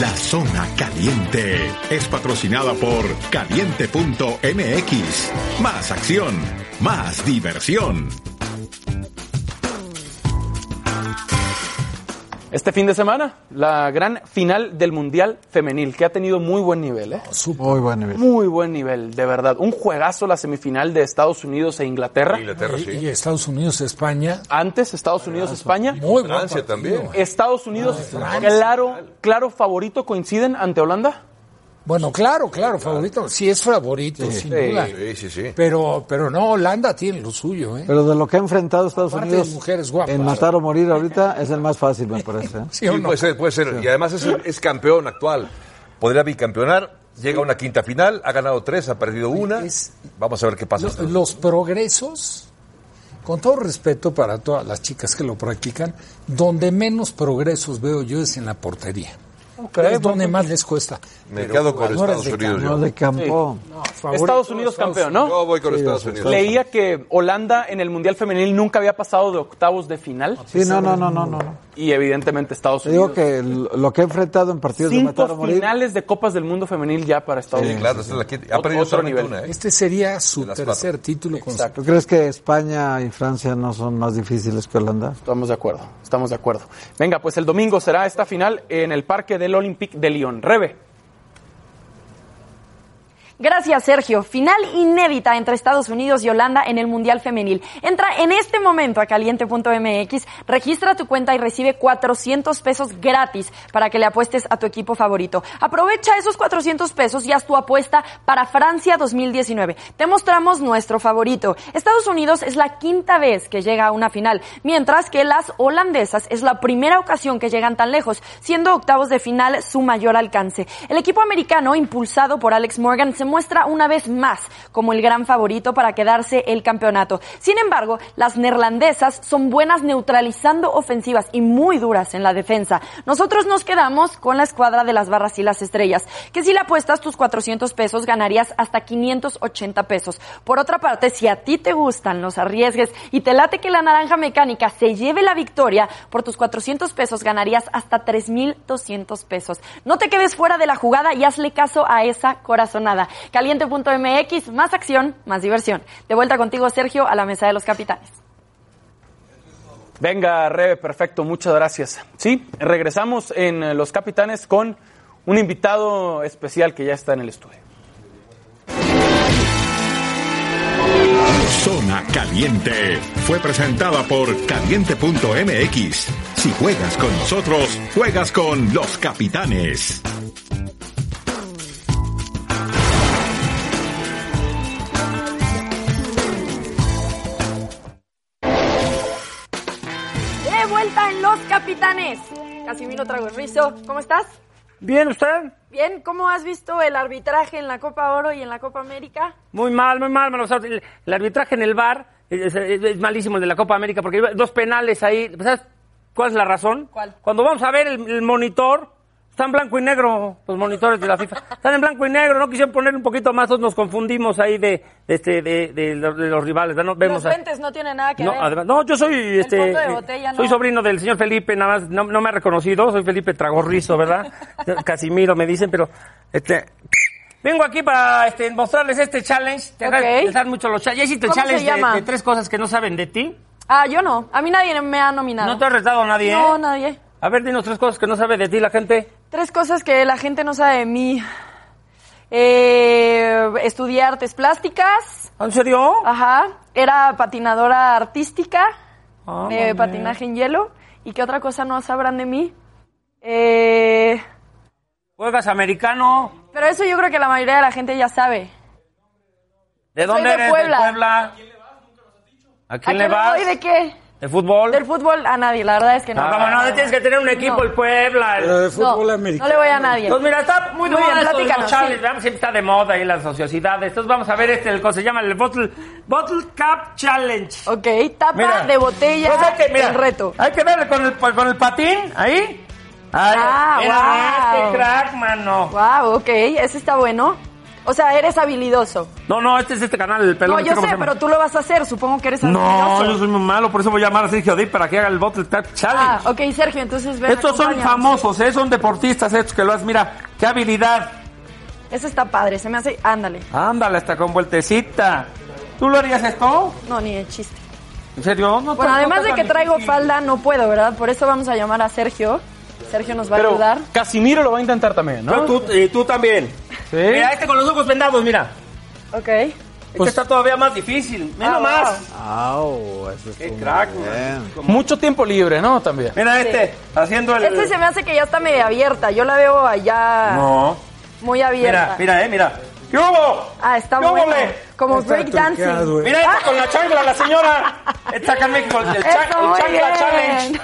[SPEAKER 9] La Zona Caliente es patrocinada por caliente.mx. Más acción, más diversión.
[SPEAKER 2] Este fin de semana, la gran final del Mundial Femenil, que ha tenido muy buen nivel, ¿eh?
[SPEAKER 5] Muy buen nivel.
[SPEAKER 2] Muy buen nivel, de verdad. Un juegazo la semifinal de Estados Unidos e Inglaterra.
[SPEAKER 4] Inglaterra,
[SPEAKER 3] Y,
[SPEAKER 4] sí.
[SPEAKER 3] y Estados Unidos, España,
[SPEAKER 2] Antes, Estados Unidos-España.
[SPEAKER 3] muy buen
[SPEAKER 4] Francia
[SPEAKER 3] partido.
[SPEAKER 4] también.
[SPEAKER 2] Estados Unidos, claro, claro favorito, coinciden ante Holanda.
[SPEAKER 3] Bueno, claro, claro, favorito. Sí, es favorito, sin
[SPEAKER 2] Sí.
[SPEAKER 3] duda.
[SPEAKER 4] Sí, sí, sí.
[SPEAKER 3] Pero, pero no, Holanda tiene lo suyo, ¿eh?
[SPEAKER 5] Pero de lo que ha enfrentado Estados
[SPEAKER 3] Aparte de
[SPEAKER 5] Unidos
[SPEAKER 3] mujeres guapas.
[SPEAKER 5] en matar o morir ahorita es el más fácil, me parece. ¿eh?
[SPEAKER 3] ¿Sí o
[SPEAKER 4] Sí,
[SPEAKER 3] no?
[SPEAKER 4] puede ser, puede ser. Y además es, es campeón actual. Podría bicampeonar. Llega a una quinta final, ha ganado tres, ha perdido una.
[SPEAKER 3] Es-
[SPEAKER 4] Vamos a ver qué pasa.
[SPEAKER 3] Los, los progresos, con todo respeto para todas las chicas que lo practican, donde menos progresos veo yo es en la portería. es donde más les cuesta.
[SPEAKER 4] Me
[SPEAKER 3] Pero
[SPEAKER 4] quedo con
[SPEAKER 3] jugadoras
[SPEAKER 4] Estados
[SPEAKER 3] de
[SPEAKER 4] Unidos.
[SPEAKER 5] No
[SPEAKER 4] Yo.
[SPEAKER 5] de campo.
[SPEAKER 3] favorito,
[SPEAKER 2] Estados Unidos
[SPEAKER 3] Estados
[SPEAKER 2] campeón, ¿no?
[SPEAKER 4] Yo voy con Estados Unidos.
[SPEAKER 2] Leía que Holanda en el Mundial Femenil nunca había pasado de octavos de final.
[SPEAKER 5] Sí, no, no, no, no, no. no.
[SPEAKER 2] y evidentemente Estados
[SPEAKER 5] Te
[SPEAKER 2] Unidos.
[SPEAKER 5] digo que lo que ha enfrentado en partidos de matar o
[SPEAKER 2] Cinco
[SPEAKER 5] morir.
[SPEAKER 2] finales de Copas del Mundo femenil ya para Estados
[SPEAKER 5] Sí,
[SPEAKER 2] Unidos.
[SPEAKER 5] claro, esta es la que- ha
[SPEAKER 2] Ot-
[SPEAKER 5] perdido
[SPEAKER 2] otro
[SPEAKER 5] solamente
[SPEAKER 2] nivel.
[SPEAKER 5] una, ¿eh?
[SPEAKER 3] Este sería su
[SPEAKER 2] las
[SPEAKER 3] tercer título consecutivo.
[SPEAKER 5] ¿Tú crees que España y Francia no son más difíciles que Holanda?
[SPEAKER 2] Estamos de acuerdo, estamos de acuerdo. Venga, pues el domingo será esta final en el Parque del Olympique de Lyon. Rebe.
[SPEAKER 8] Gracias, Sergio. Final inédita entre Estados Unidos y Holanda en el Mundial Femenil. Entra en este momento a caliente.mx, registra tu cuenta y recibe 400 pesos gratis para que le apuestes a tu equipo favorito. Aprovecha esos 400 pesos y haz tu apuesta para Francia 2019. Te mostramos nuestro favorito. Estados Unidos es la quinta vez que llega a una final, mientras que las holandesas es la primera ocasión que llegan tan lejos, siendo octavos de final su mayor alcance. El equipo americano, impulsado por Alex Morgan, se muestra una vez más como el gran favorito para quedarse el campeonato. Sin embargo, las neerlandesas son buenas neutralizando ofensivas y muy duras en la defensa. Nosotros nos quedamos con la escuadra de las barras y las estrellas, que si le apuestas tus 400 pesos ganarías hasta 580 pesos. Por otra parte, si a ti te gustan los arriesgues y te late que la naranja mecánica se lleve la victoria, por tus 400 pesos ganarías hasta 3,200 pesos. No te quedes fuera de la jugada y hazle caso a esa corazonada. Caliente.mx, más acción, más diversión. De vuelta contigo, Sergio, a la mesa de los capitanes.
[SPEAKER 2] Venga, Rebe, perfecto, muchas gracias. Sí, regresamos en eh, Los Capitanes con un invitado especial que ya está en el estudio.
[SPEAKER 9] Zona Caliente fue presentada por caliente.mx. Si juegas con nosotros, juegas con los capitanes.
[SPEAKER 8] De vuelta en los capitanes. Casimiro Tragorrizo, ¿cómo estás?
[SPEAKER 12] Bien, ¿usted?
[SPEAKER 8] Bien, ¿cómo has visto el arbitraje en la Copa Oro y en la Copa América?
[SPEAKER 12] Muy mal, muy mal. Manolo Santos. el, el arbitraje en el bar es, es- es malísimo el de la Copa América porque iba- dos penales ahí. ¿Sabes cuál es la razón? ¿Cuál? Cuando vamos a ver el, el monitor, están blanco y negro los monitores de la FIFA. Están en blanco y negro, no quisieron poner un poquito más, todos nos confundimos ahí de, de este, de, de los, de los rivales. ¿verdad? No, vemos
[SPEAKER 8] Los
[SPEAKER 12] a-
[SPEAKER 8] lentes no tienen nada que
[SPEAKER 12] No,
[SPEAKER 8] ver.
[SPEAKER 12] además- no, yo soy este,
[SPEAKER 8] fondo de
[SPEAKER 12] eh,
[SPEAKER 8] botella, no.
[SPEAKER 12] soy sobrino del señor Felipe, nada más no, no me ha reconocido, soy Felipe Tragorrizo, ¿verdad? Casimiro me dicen, pero este vengo aquí para este, mostrarles este challenge. Te
[SPEAKER 8] Ok.
[SPEAKER 12] gustan mucho los challenges. Ya hiciste el
[SPEAKER 8] ¿Cómo se
[SPEAKER 12] challenge de-
[SPEAKER 8] llama?
[SPEAKER 12] de, tres cosas que no saben de ti.
[SPEAKER 8] Ah, yo no. A mí nadie me ha nominado.
[SPEAKER 12] No te ha retado nadie, ¿eh?
[SPEAKER 8] No, nadie.
[SPEAKER 12] A ver, dinos tres cosas que no sabe de ti la gente.
[SPEAKER 8] Tres cosas que la gente no sabe de mí. Eh, estudié artes plásticas.
[SPEAKER 12] ¿En serio?
[SPEAKER 8] Ajá. Era patinadora artística
[SPEAKER 12] Ah,
[SPEAKER 8] de
[SPEAKER 12] mami.
[SPEAKER 8] patinaje en hielo. ¿Y qué otra cosa no sabrán de mí? Eh,
[SPEAKER 12] Juegas americano.
[SPEAKER 8] pero eso yo creo que la mayoría de la gente ya sabe.
[SPEAKER 12] ¿De
[SPEAKER 8] Soy
[SPEAKER 12] dónde
[SPEAKER 8] de
[SPEAKER 12] eres?
[SPEAKER 8] Puebla.
[SPEAKER 12] ¿De Puebla? ¿A quién le
[SPEAKER 8] qué
[SPEAKER 12] vas?
[SPEAKER 8] voy? Ah, ¿De qué?
[SPEAKER 12] ¿De fútbol? Ah,
[SPEAKER 8] Del fútbol a nadie, la verdad es que no.
[SPEAKER 12] No, cómo no, tienes que tener un equipo,
[SPEAKER 8] No.
[SPEAKER 12] el Puebla. el-
[SPEAKER 8] Pero de fútbol No, americano. no le voy a nadie.
[SPEAKER 12] Entonces, mira, está muy,
[SPEAKER 8] Muy
[SPEAKER 12] de
[SPEAKER 8] bien,
[SPEAKER 12] moda esto de los
[SPEAKER 8] platícanos,
[SPEAKER 12] challenges,
[SPEAKER 8] sí.
[SPEAKER 12] ¿verdad? Siempre está de moda ahí las sociedades. Entonces, vamos a ver este, el, se llama el Bottle, bottle Cap Challenge.
[SPEAKER 8] Ok, tapa
[SPEAKER 12] Mira.
[SPEAKER 8] de botella
[SPEAKER 12] Pues hay que- mira,
[SPEAKER 8] el reto.
[SPEAKER 12] Hay que darle con el, con el patín, ahí. Ahí.
[SPEAKER 8] Ah,
[SPEAKER 12] Mira,
[SPEAKER 8] guau.
[SPEAKER 12] este crack, mano.
[SPEAKER 8] Wow, ok, ese está bueno. O sea, eres habilidoso.
[SPEAKER 12] No, no, este es este canal, el pelón.
[SPEAKER 8] no, yo
[SPEAKER 12] ¿cómo se
[SPEAKER 8] sé,
[SPEAKER 12] llama?
[SPEAKER 8] pero tú lo vas a hacer, supongo que eres
[SPEAKER 12] No,
[SPEAKER 8] habilidoso.
[SPEAKER 12] yo soy muy malo, por eso voy a llamar a Sergio Di para que haga el Bottle Cap Challenge.
[SPEAKER 8] Ah, ok, Sergio, entonces ven,
[SPEAKER 12] estos son
[SPEAKER 8] acompáñanos.
[SPEAKER 12] famosos, ¿eh? son deportistas estos que lo hacen. Mira, qué habilidad.
[SPEAKER 8] Eso está padre, se me hace... Ándale.
[SPEAKER 12] Ándale, hasta con vueltecita. ¿Tú lo harías esto?
[SPEAKER 8] No, ni de chiste.
[SPEAKER 12] ¿En serio? No,
[SPEAKER 8] Bueno,
[SPEAKER 12] no
[SPEAKER 8] además
[SPEAKER 12] está
[SPEAKER 8] de
[SPEAKER 12] tan
[SPEAKER 8] que traigo
[SPEAKER 12] difícil.
[SPEAKER 8] falda, no puedo, ¿verdad? Por eso vamos a llamar a Sergio. Sergio nos va a
[SPEAKER 2] Pero
[SPEAKER 8] ayudar.
[SPEAKER 2] Casimiro lo va a intentar también, ¿no?
[SPEAKER 12] Pero tú- y tú también.
[SPEAKER 2] Sí.
[SPEAKER 12] Mira, este con los ojos vendados, mira.
[SPEAKER 8] Ok.
[SPEAKER 12] Este está todavía más difícil. Mira
[SPEAKER 8] Ah,
[SPEAKER 12] más.
[SPEAKER 5] Qué
[SPEAKER 12] crack,
[SPEAKER 2] Mucho tiempo libre, ¿no? También.
[SPEAKER 12] Mira este, haciendo el...
[SPEAKER 8] Este se me hace que ya está medio abierta, yo la veo allá
[SPEAKER 12] No.
[SPEAKER 8] muy abierta.
[SPEAKER 12] Mira, mira, eh, mira. ¿Qué hubo?
[SPEAKER 8] Ah, está
[SPEAKER 12] ¡Qué
[SPEAKER 8] bueno.
[SPEAKER 12] ole!
[SPEAKER 8] Como
[SPEAKER 12] Está
[SPEAKER 8] breakdancing.
[SPEAKER 12] Mira esta con la chancla, la señora. Está acá en México, el, cha- el
[SPEAKER 8] Eso, muy
[SPEAKER 12] chancla
[SPEAKER 8] bien.
[SPEAKER 12] challenge.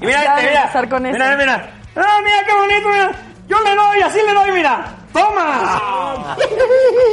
[SPEAKER 12] Y mira
[SPEAKER 8] Ya voy
[SPEAKER 12] este,
[SPEAKER 8] a
[SPEAKER 12] mira.
[SPEAKER 8] empezar con
[SPEAKER 12] mira,
[SPEAKER 8] eso.
[SPEAKER 12] mira. Ah, mira qué bonito, mira. Yo le doy, así le doy, mira. ¡Toma!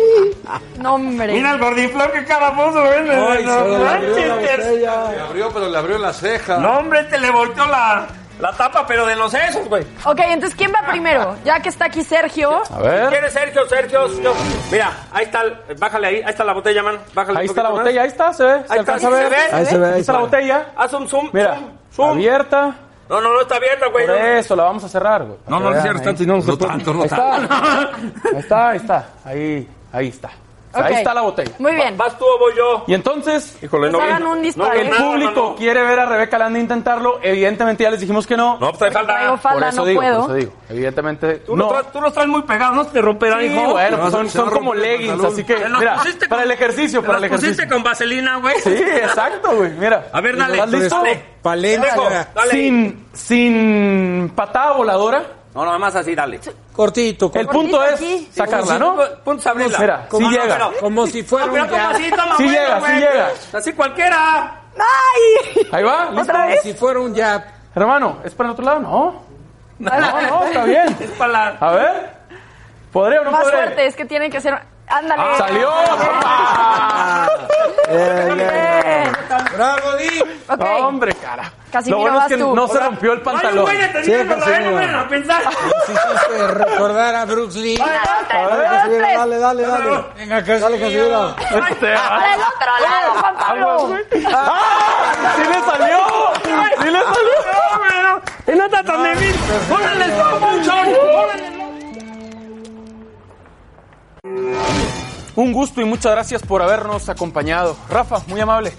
[SPEAKER 8] No, hombre.
[SPEAKER 12] Mira el gordiflor que cara puso, ¿ven? No
[SPEAKER 5] Ay, se le abrió la
[SPEAKER 12] manches,
[SPEAKER 5] botella.
[SPEAKER 4] Le abrió, pero le abrió la ceja.
[SPEAKER 12] No, hombre, te le volteó la. La tapa, pero de los sesos, güey.
[SPEAKER 8] Ok, entonces, ¿quién va primero? Ya que está aquí Sergio.
[SPEAKER 12] A ver. ¿Quieres Sergio, Sergio? Yo- Mira, ahí está, el- bájale ahí, ahí está la botella, man. Bájale
[SPEAKER 2] Ahí
[SPEAKER 12] un
[SPEAKER 2] está la
[SPEAKER 12] poquito
[SPEAKER 2] botella, ahí
[SPEAKER 12] más.
[SPEAKER 2] está, se ve.
[SPEAKER 12] Ahí está,
[SPEAKER 2] alcanza a
[SPEAKER 12] sí se
[SPEAKER 2] ver.
[SPEAKER 12] ve,
[SPEAKER 2] Ahí se ve, ahí está
[SPEAKER 12] se
[SPEAKER 2] la
[SPEAKER 12] ve.
[SPEAKER 2] botella.
[SPEAKER 12] Haz un zoom.
[SPEAKER 2] Mira,
[SPEAKER 12] zoom, zoom.
[SPEAKER 2] abierta.
[SPEAKER 12] No, Ah, no, no está abierta, güey.
[SPEAKER 2] Por eso, la vamos a cerrar, güey.
[SPEAKER 12] No, no la cierres tanto y no nos
[SPEAKER 2] se
[SPEAKER 12] puede-
[SPEAKER 2] ahí está. ahí está, ahí está. Ahí, ahí está. O sea,
[SPEAKER 8] Ok.
[SPEAKER 2] Ahí está la botella.
[SPEAKER 8] Muy bien.
[SPEAKER 12] ¿Vas tú o voy yo?
[SPEAKER 2] Y entonces,
[SPEAKER 8] Pues no vi- hagan un disparo. no vi
[SPEAKER 2] el
[SPEAKER 8] nada,
[SPEAKER 2] público
[SPEAKER 8] mano.
[SPEAKER 2] quiere ver a Rebeca Landa intentarlo. Evidentemente ya les dijimos que no. No,
[SPEAKER 12] pues falta.
[SPEAKER 8] Traigo falda,
[SPEAKER 2] por eso
[SPEAKER 8] no
[SPEAKER 2] digo,
[SPEAKER 8] puedo.
[SPEAKER 2] por eso digo. Evidentemente
[SPEAKER 12] Tú,
[SPEAKER 2] no.
[SPEAKER 12] los traes, tú los traes muy pegados, no se te romperán,
[SPEAKER 2] Sí,
[SPEAKER 12] hijo.
[SPEAKER 2] bueno, pues son, son como leggings, así que, mira, para el ejercicio, para el
[SPEAKER 12] Los pusiste
[SPEAKER 2] ejercicio.
[SPEAKER 12] con vaselina, güey.
[SPEAKER 2] Sí, exacto, güey, mira.
[SPEAKER 12] A ver, dale.
[SPEAKER 2] ¿Estás listo?
[SPEAKER 12] Dale.
[SPEAKER 2] Palencia.
[SPEAKER 12] Dejo, dale.
[SPEAKER 2] Sin, sin patada voladora.
[SPEAKER 12] No, nada más así, dale.
[SPEAKER 3] Cortito.
[SPEAKER 2] El punto es sacarla, ¿no?
[SPEAKER 12] Punto abrirla.
[SPEAKER 2] Mira, sí
[SPEAKER 12] No, no,
[SPEAKER 2] llega.
[SPEAKER 12] pero-
[SPEAKER 3] Como si fuera
[SPEAKER 12] No, pero
[SPEAKER 3] un
[SPEAKER 12] como
[SPEAKER 3] jazz.
[SPEAKER 12] así, toma,
[SPEAKER 2] Sí
[SPEAKER 12] bueno,
[SPEAKER 2] llega, sí
[SPEAKER 12] güey.
[SPEAKER 2] llega.
[SPEAKER 12] Así cualquiera.
[SPEAKER 8] ¡Ay!
[SPEAKER 2] Ahí va, listo.
[SPEAKER 8] ¿Otra
[SPEAKER 3] Como
[SPEAKER 8] vez?
[SPEAKER 3] si fuera un jab.
[SPEAKER 2] Hermano, ¿es para el otro lado? No. No, no, está bien.
[SPEAKER 12] Es para la...
[SPEAKER 2] A ver. ¿Podría o no
[SPEAKER 8] Más
[SPEAKER 2] podría?
[SPEAKER 8] fuerte, es que tienen que hacer. Ándale.
[SPEAKER 12] Ah,
[SPEAKER 2] ¡Salió!
[SPEAKER 8] Bien.
[SPEAKER 3] ¡Bravo, Di!
[SPEAKER 8] Ok.
[SPEAKER 2] No, hombre, cara.
[SPEAKER 8] Casimiro,
[SPEAKER 2] Lo bueno
[SPEAKER 8] vas
[SPEAKER 2] es que
[SPEAKER 8] tú.
[SPEAKER 2] no se rompió el pantalón.
[SPEAKER 12] Ay, güey, te
[SPEAKER 5] Sí,
[SPEAKER 12] dije, no la
[SPEAKER 5] Casimiro.
[SPEAKER 12] vayan, vayan a pensar.
[SPEAKER 3] Si hiciste recordar a Bruce Lee.
[SPEAKER 8] Dos, tres,
[SPEAKER 2] A ver,
[SPEAKER 8] dos,
[SPEAKER 5] Casimiro,
[SPEAKER 8] tres.
[SPEAKER 5] dale, dale, dale.
[SPEAKER 3] Venga, que
[SPEAKER 5] Dale, Casimiro.
[SPEAKER 2] Este,
[SPEAKER 8] Para el otro lado, Juan Pablo.
[SPEAKER 2] ¡Ah! ¡Sí le salió! ¡Sí le salió!
[SPEAKER 12] No, güey, no. Y no está tan débil. Órale, está muchón. Órale, no.
[SPEAKER 2] Un gusto y muchas gracias por habernos acompañado. Rafa, muy amable.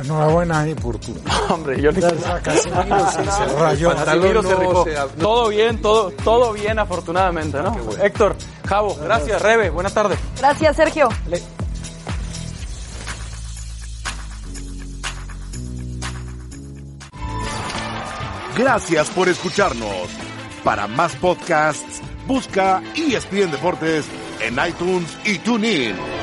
[SPEAKER 3] Enhorabuena, Di, por tu.
[SPEAKER 2] Hombre, yo ni
[SPEAKER 3] Casimiro se, se rayó.
[SPEAKER 2] Casimiro se
[SPEAKER 4] no
[SPEAKER 2] rifó.
[SPEAKER 4] se- no-
[SPEAKER 2] Todo bien, todo, todo bien afortunadamente, ¿no? Héctor, Javo, gracias, Rebe, buenas tardes.
[SPEAKER 8] Gracias, Sergio.
[SPEAKER 1] Gracias por escucharnos. Para E más podcasts, busca ESPN Deportes en iTunes y TuneIn.